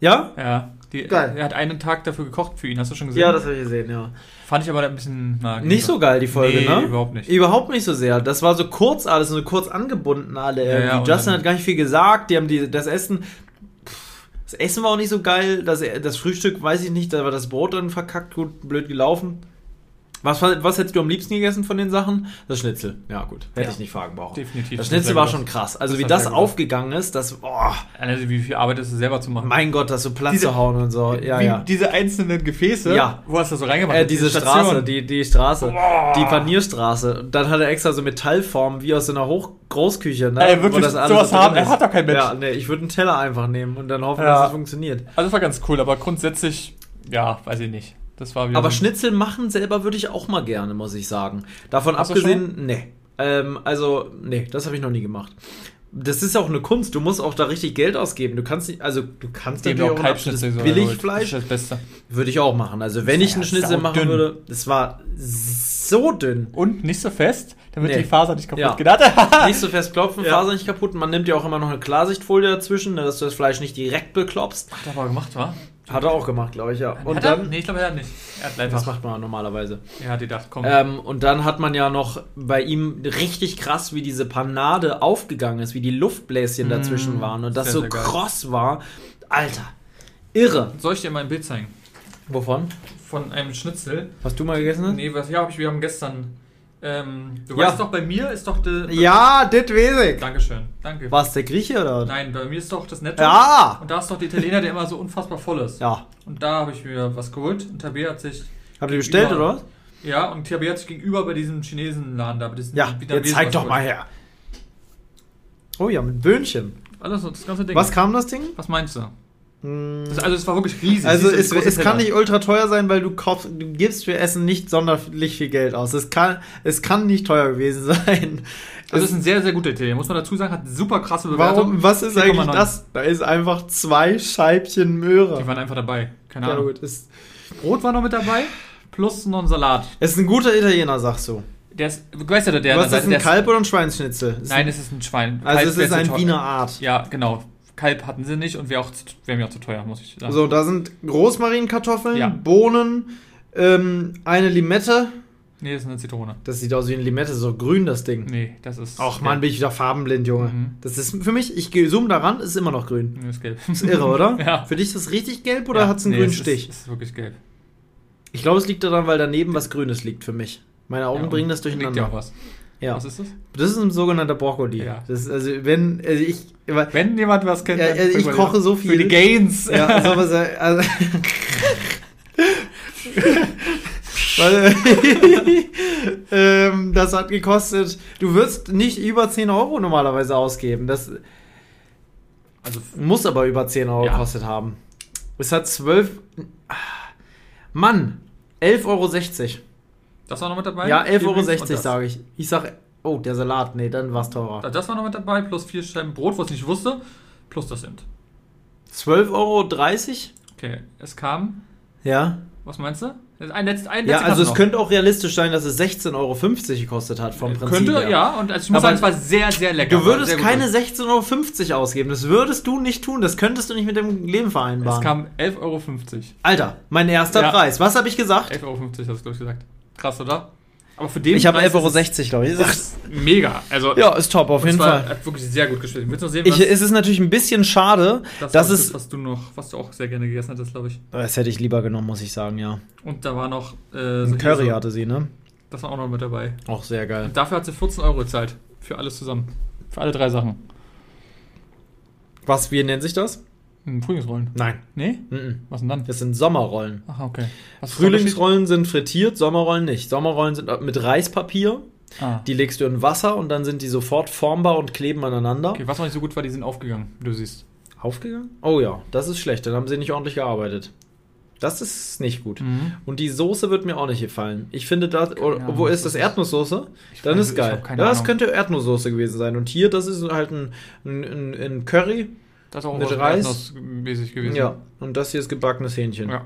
[SPEAKER 1] Ja?
[SPEAKER 2] Ja. Die,
[SPEAKER 1] Geil.
[SPEAKER 2] Er hat einen Tag dafür gekocht für ihn, hast du schon gesehen?
[SPEAKER 1] Ja, das habe ich gesehen, ja.
[SPEAKER 2] Fand ich aber ein bisschen. Na,
[SPEAKER 1] Nicht so geil, die Folge,
[SPEAKER 2] nee,
[SPEAKER 1] ne?
[SPEAKER 2] überhaupt nicht.
[SPEAKER 1] Überhaupt nicht so sehr. Das war so kurz alles, so kurz angebunden alle.
[SPEAKER 2] Ja, ja,
[SPEAKER 1] irgendwie.
[SPEAKER 2] und
[SPEAKER 1] Justin
[SPEAKER 2] dann-
[SPEAKER 1] hat gar nicht viel gesagt. Die haben die, das Essen. Pff, Das Essen war auch nicht so geil. Das, das Frühstück weiß ich nicht. Da war das Brot dann verkackt, gut, blöd gelaufen. Was, was hättest du am liebsten gegessen von den Sachen? Das Schnitzel. Ja, gut. Hätte
[SPEAKER 2] Ja.
[SPEAKER 1] ich nicht fragen brauchen.
[SPEAKER 2] Definitiv.
[SPEAKER 1] Das
[SPEAKER 2] Das hat
[SPEAKER 1] Schnitzel
[SPEAKER 2] sehr
[SPEAKER 1] war
[SPEAKER 2] gut
[SPEAKER 1] schon krass. Also,
[SPEAKER 2] Das
[SPEAKER 1] wie
[SPEAKER 2] hat
[SPEAKER 1] das
[SPEAKER 2] sehr gut
[SPEAKER 1] aufgegangen ist, das. Oh,
[SPEAKER 2] Also, wie viel Arbeit ist es selber zu machen?
[SPEAKER 1] mein Gott, das so platt
[SPEAKER 2] Diese-
[SPEAKER 1] zu hauen und so. Ja,
[SPEAKER 2] wie
[SPEAKER 1] ja.
[SPEAKER 2] Diese einzelnen Gefäße.
[SPEAKER 1] Ja.
[SPEAKER 2] Wo hast du das so reingemacht?
[SPEAKER 1] Äh,
[SPEAKER 2] Mit
[SPEAKER 1] diese
[SPEAKER 2] diesen
[SPEAKER 1] Straße,
[SPEAKER 2] Stationen?
[SPEAKER 1] die, die Straße,
[SPEAKER 2] Boah.
[SPEAKER 1] die Panierstraße. Und dann hat er extra so Metallformen wie aus so einer Hoch Großküche. Ne?
[SPEAKER 2] Ey, wirklich, sowas
[SPEAKER 1] so drin
[SPEAKER 2] haben- er
[SPEAKER 1] ist.
[SPEAKER 2] hat doch kein Mensch.
[SPEAKER 1] Ja, nee, ich würde einen Teller einfach nehmen und dann hoffen,
[SPEAKER 2] Ja.
[SPEAKER 1] dass es funktioniert.
[SPEAKER 2] Also, das war ganz cool, aber grundsätzlich, ja, weiß ich nicht. Das war wieder.
[SPEAKER 1] Aber
[SPEAKER 2] so-
[SPEAKER 1] Schnitzel machen selber würde ich auch mal gerne, muss ich sagen. Davon
[SPEAKER 2] Hast du
[SPEAKER 1] abgesehen, nee. Ähm, also, nee, das habe ich noch nie gemacht. Das ist auch eine Kunst. Du musst auch da richtig Geld ausgeben. Du kannst nicht, also du kannst
[SPEAKER 2] Die haben
[SPEAKER 1] natürlich
[SPEAKER 2] auch
[SPEAKER 1] auch
[SPEAKER 2] Kalbschnitzel so geholt.
[SPEAKER 1] Billigfleisch
[SPEAKER 2] Das ist das Beste.
[SPEAKER 1] würde ich auch machen. Also wenn ich
[SPEAKER 2] Ja,
[SPEAKER 1] einen Schnitzel machen
[SPEAKER 2] saudünn.
[SPEAKER 1] würde, das war so dünn.
[SPEAKER 2] Und nicht so fest, damit
[SPEAKER 1] Nee.
[SPEAKER 2] die Faser nicht kaputt
[SPEAKER 1] Ja.
[SPEAKER 2] geht. Hat
[SPEAKER 1] nicht so fest klopfen,
[SPEAKER 2] Ja.
[SPEAKER 1] Faser nicht kaputt. Man nimmt ja auch immer noch eine Klarsichtfolie dazwischen, ne, dass du das Fleisch nicht direkt beklopst.
[SPEAKER 2] er aber gemacht, wa?
[SPEAKER 1] Hat er auch gemacht, glaube ich, ja. Und
[SPEAKER 2] hat er?
[SPEAKER 1] dann.
[SPEAKER 2] Nee, ich glaube, er hat nicht. Er hat
[SPEAKER 1] Das
[SPEAKER 2] einfach.
[SPEAKER 1] macht man normalerweise.
[SPEAKER 2] Er hat gedacht, komm.
[SPEAKER 1] Ähm, und dann hat man ja noch bei ihm richtig krass, wie diese Panade aufgegangen ist, wie die Luftbläschen dazwischen waren und das
[SPEAKER 2] Mhm. sehr,
[SPEAKER 1] so
[SPEAKER 2] sehr geil.
[SPEAKER 1] kross war. Alter, irre.
[SPEAKER 2] Soll ich dir mal ein Bild zeigen?
[SPEAKER 1] Wovon?
[SPEAKER 2] Von einem Schnitzel.
[SPEAKER 1] Hast du mal gegessen? hast?
[SPEAKER 2] Nee, was, ja, hab ich, wir haben gestern. Ähm, du
[SPEAKER 1] Mhm. Ja.
[SPEAKER 2] weißt doch, bei mir ist doch. De,
[SPEAKER 1] Ja, dit Wesig.
[SPEAKER 2] Dankeschön. Danke.
[SPEAKER 1] War es der Grieche oder?
[SPEAKER 2] Nein, bei mir ist doch das Netto.
[SPEAKER 1] Ja!
[SPEAKER 2] Und da ist doch der Italiener, der immer so unfassbar voll ist.
[SPEAKER 1] Ja.
[SPEAKER 2] Und da habe ich mir was geholt. Und Tabea hat sich.
[SPEAKER 1] Habt ihr bestellt
[SPEAKER 2] Ja.
[SPEAKER 1] oder was?
[SPEAKER 2] Ja, und Tabea hat sich gegenüber bei diesem Chinesenladen da. Bei diesem
[SPEAKER 1] Ja, jetzt
[SPEAKER 2] Vietnamesen
[SPEAKER 1] zeig
[SPEAKER 2] was
[SPEAKER 1] doch
[SPEAKER 2] geholt.
[SPEAKER 1] mal her. Oh ja, mit Böhnchen.
[SPEAKER 2] Alles so, Also, das ganze Ding.
[SPEAKER 1] Was kam das Ding?
[SPEAKER 2] Was meinst du? Das, also, es war wirklich riesig.
[SPEAKER 1] Also
[SPEAKER 2] Siehst du,
[SPEAKER 1] es,
[SPEAKER 2] die große
[SPEAKER 1] es kann
[SPEAKER 2] Teller.
[SPEAKER 1] nicht ultra teuer sein, weil du kaufst, du gibst für Essen nicht sonderlich viel Geld aus. Es kann, es kann nicht teuer gewesen sein.
[SPEAKER 2] Also, es ist ein sehr, sehr guter Italiener. Muss man dazu sagen, hat super krasse Bewertung.
[SPEAKER 1] warum, was ist eigentlich
[SPEAKER 2] 4,9.
[SPEAKER 1] das? Da ist einfach zwei Scheibchen Möhre.
[SPEAKER 2] Die waren einfach dabei. Keine
[SPEAKER 1] Ja,
[SPEAKER 2] Ahnung.
[SPEAKER 1] gut. Ist,
[SPEAKER 2] Brot war noch mit dabei. Plus noch ein Salat.
[SPEAKER 1] es ist ein guter Italiener, sagst du.
[SPEAKER 2] Der ist, du weißt ja, der- der
[SPEAKER 1] Was ist
[SPEAKER 2] der-
[SPEAKER 1] ein
[SPEAKER 2] der
[SPEAKER 1] Kalb oder ein Schweinsschnitzel? Ist
[SPEAKER 2] Nein,
[SPEAKER 1] ein,
[SPEAKER 2] es ist ein Schwein.
[SPEAKER 1] also
[SPEAKER 2] Kalb
[SPEAKER 1] es
[SPEAKER 2] wär
[SPEAKER 1] ist
[SPEAKER 2] zu
[SPEAKER 1] ein
[SPEAKER 2] teuer.
[SPEAKER 1] Wiener Art.
[SPEAKER 2] Ja, genau. Kalb hatten sie nicht und wäre auch, zu- wär mir auch zu teuer, muss ich sagen.
[SPEAKER 1] So, da sind Rosmarinkartoffeln,
[SPEAKER 2] Ja.
[SPEAKER 1] Bohnen, ähm, eine Limette.
[SPEAKER 2] Nee, das ist eine Zitrone.
[SPEAKER 1] Das sieht aus wie eine Limette, so grün das Ding.
[SPEAKER 2] Nee, das ist.
[SPEAKER 1] Ach man, bin ich wieder farbenblind, Junge.
[SPEAKER 2] Mhm.
[SPEAKER 1] Das ist für mich, ich gehe zoom daran, ist immer noch grün.
[SPEAKER 2] Nee, ist gelb.
[SPEAKER 1] Ist irre, oder?
[SPEAKER 2] Ja.
[SPEAKER 1] Für dich ist das richtig gelb oder hat es einen
[SPEAKER 2] nee,
[SPEAKER 1] grünen
[SPEAKER 2] es
[SPEAKER 1] Stich?
[SPEAKER 2] Ist, es ist wirklich gelb.
[SPEAKER 1] ich glaube, es liegt daran, weil daneben was Grünes liegt für mich. Meine Augen
[SPEAKER 2] und
[SPEAKER 1] bringen das
[SPEAKER 2] Liegt ja auch
[SPEAKER 1] durcheinander.
[SPEAKER 2] was.
[SPEAKER 1] Ja,
[SPEAKER 2] Was ist das?
[SPEAKER 1] das ist ein sogenannter Brokkoli.
[SPEAKER 2] Ja.
[SPEAKER 1] Das ist, also, wenn, also ich, aber,
[SPEAKER 2] Wenn jemand was kennt,
[SPEAKER 1] Ja,
[SPEAKER 2] dann
[SPEAKER 1] ja, ich
[SPEAKER 2] bringt man
[SPEAKER 1] koche
[SPEAKER 2] den-
[SPEAKER 1] so
[SPEAKER 2] Für
[SPEAKER 1] viel.
[SPEAKER 2] die Gains.
[SPEAKER 1] ja, so was, äh, also, Weil, äh, ähm, das hat gekostet, du wirst nicht über 10 Euro normalerweise ausgeben. Das
[SPEAKER 2] Also,
[SPEAKER 1] muss aber über 10 Euro
[SPEAKER 2] Ja.
[SPEAKER 1] gekostet haben. Es hat 12, ah, Mann, 11,60 Euro.
[SPEAKER 2] das war noch mit dabei?
[SPEAKER 1] Ja,
[SPEAKER 2] Und
[SPEAKER 1] 11,60 Euro
[SPEAKER 2] das.
[SPEAKER 1] sage ich. Ich sage, oh, der Salat, nee, dann war's teurer.
[SPEAKER 2] Das war noch mit dabei, plus vier Scheiben Brot, was ich nicht wusste, plus das sind.
[SPEAKER 1] 12,30 Euro?
[SPEAKER 2] Okay, es kam,
[SPEAKER 1] Ja.
[SPEAKER 2] was meinst du? Ein letztes ein
[SPEAKER 1] Ja,
[SPEAKER 2] letztes
[SPEAKER 1] also
[SPEAKER 2] kam
[SPEAKER 1] es
[SPEAKER 2] noch.
[SPEAKER 1] könnte auch realistisch sein, dass es 16,50 Euro gekostet hat vom Prinzip.
[SPEAKER 2] Könnte,
[SPEAKER 1] her.
[SPEAKER 2] ja, und also ich muss
[SPEAKER 1] Aber
[SPEAKER 2] sagen, es war sehr, sehr lecker.
[SPEAKER 1] Du würdest keine
[SPEAKER 2] Es
[SPEAKER 1] 16,50 Euro ausgeben. Das würdest du nicht tun. Das könntest du nicht mit dem Leben vereinbaren.
[SPEAKER 2] kam 11,50 Euro. 11,50
[SPEAKER 1] Alter, mein erster
[SPEAKER 2] Ja. Äh,
[SPEAKER 1] Preis. Was habe ich gesagt?
[SPEAKER 2] Euro hast du, glaube ich, gesagt. Krass, oder? Aber für den
[SPEAKER 1] Ich habe
[SPEAKER 2] Preis
[SPEAKER 1] 11,60 Euro, glaube ich.
[SPEAKER 2] ist es mega. Also,
[SPEAKER 1] Ja, ist top, auf
[SPEAKER 2] es
[SPEAKER 1] jeden
[SPEAKER 2] war,
[SPEAKER 1] Fall.
[SPEAKER 2] hat wirklich sehr gut gespielt. Willst du noch sehen,
[SPEAKER 1] Ich, es ist natürlich ein bisschen schade,
[SPEAKER 2] das,
[SPEAKER 1] dass
[SPEAKER 2] was,
[SPEAKER 1] es.
[SPEAKER 2] was du noch, was du auch sehr gerne gegessen hattest, glaube ich.
[SPEAKER 1] Das hätte ich lieber genommen, muss ich sagen, ja.
[SPEAKER 2] Und da war noch äh, so
[SPEAKER 1] Ein Curry
[SPEAKER 2] Käse.
[SPEAKER 1] hatte sie, ne?
[SPEAKER 2] Das war auch noch mit dabei.
[SPEAKER 1] Auch sehr geil.
[SPEAKER 2] Und dafür hat sie 14 Euro gezahlt. Für alles zusammen. Für alle drei Sachen.
[SPEAKER 1] Was, wie nennt sich das?
[SPEAKER 2] Hm, Frühlingsrollen.
[SPEAKER 1] Nein.
[SPEAKER 2] Nee?
[SPEAKER 1] Mhm.
[SPEAKER 2] Was denn dann?
[SPEAKER 1] Das sind Sommerrollen.
[SPEAKER 2] Ach, okay. Was ist der
[SPEAKER 1] Frühlingsrollen sind frittiert, Sommerrollen nicht. Sommerrollen sind mit Reispapier.
[SPEAKER 2] Unterschied? Ah.
[SPEAKER 1] Die legst du in Wasser und dann sind die sofort formbar und kleben aneinander.
[SPEAKER 2] Okay, was noch nicht so gut war, die sind aufgegangen, wie du siehst.
[SPEAKER 1] Aufgegangen? Oh ja, das ist schlecht. Dann haben sie nicht ordentlich gearbeitet. Das ist nicht gut.
[SPEAKER 2] Mhm.
[SPEAKER 1] Und die Soße wird mir auch nicht gefallen. Ich finde da, oder,
[SPEAKER 2] Ahnung,
[SPEAKER 1] wo
[SPEAKER 2] was
[SPEAKER 1] ist das
[SPEAKER 2] das ist.
[SPEAKER 1] Erdnusssoße?
[SPEAKER 2] Ich
[SPEAKER 1] Dann
[SPEAKER 2] weiß-
[SPEAKER 1] ist
[SPEAKER 2] ich
[SPEAKER 1] geil.
[SPEAKER 2] hab keine
[SPEAKER 1] das
[SPEAKER 2] Ahnung.
[SPEAKER 1] könnte Erdnusssoße gewesen sein. Und hier, das ist halt ein, ein, ein, ein Curry.
[SPEAKER 2] Das ist auch
[SPEAKER 1] Mit
[SPEAKER 2] was
[SPEAKER 1] Reis?
[SPEAKER 2] Erdnussmäßig gewesen.
[SPEAKER 1] Ja. Und das hier ist gebackenes Hähnchen.
[SPEAKER 2] ja.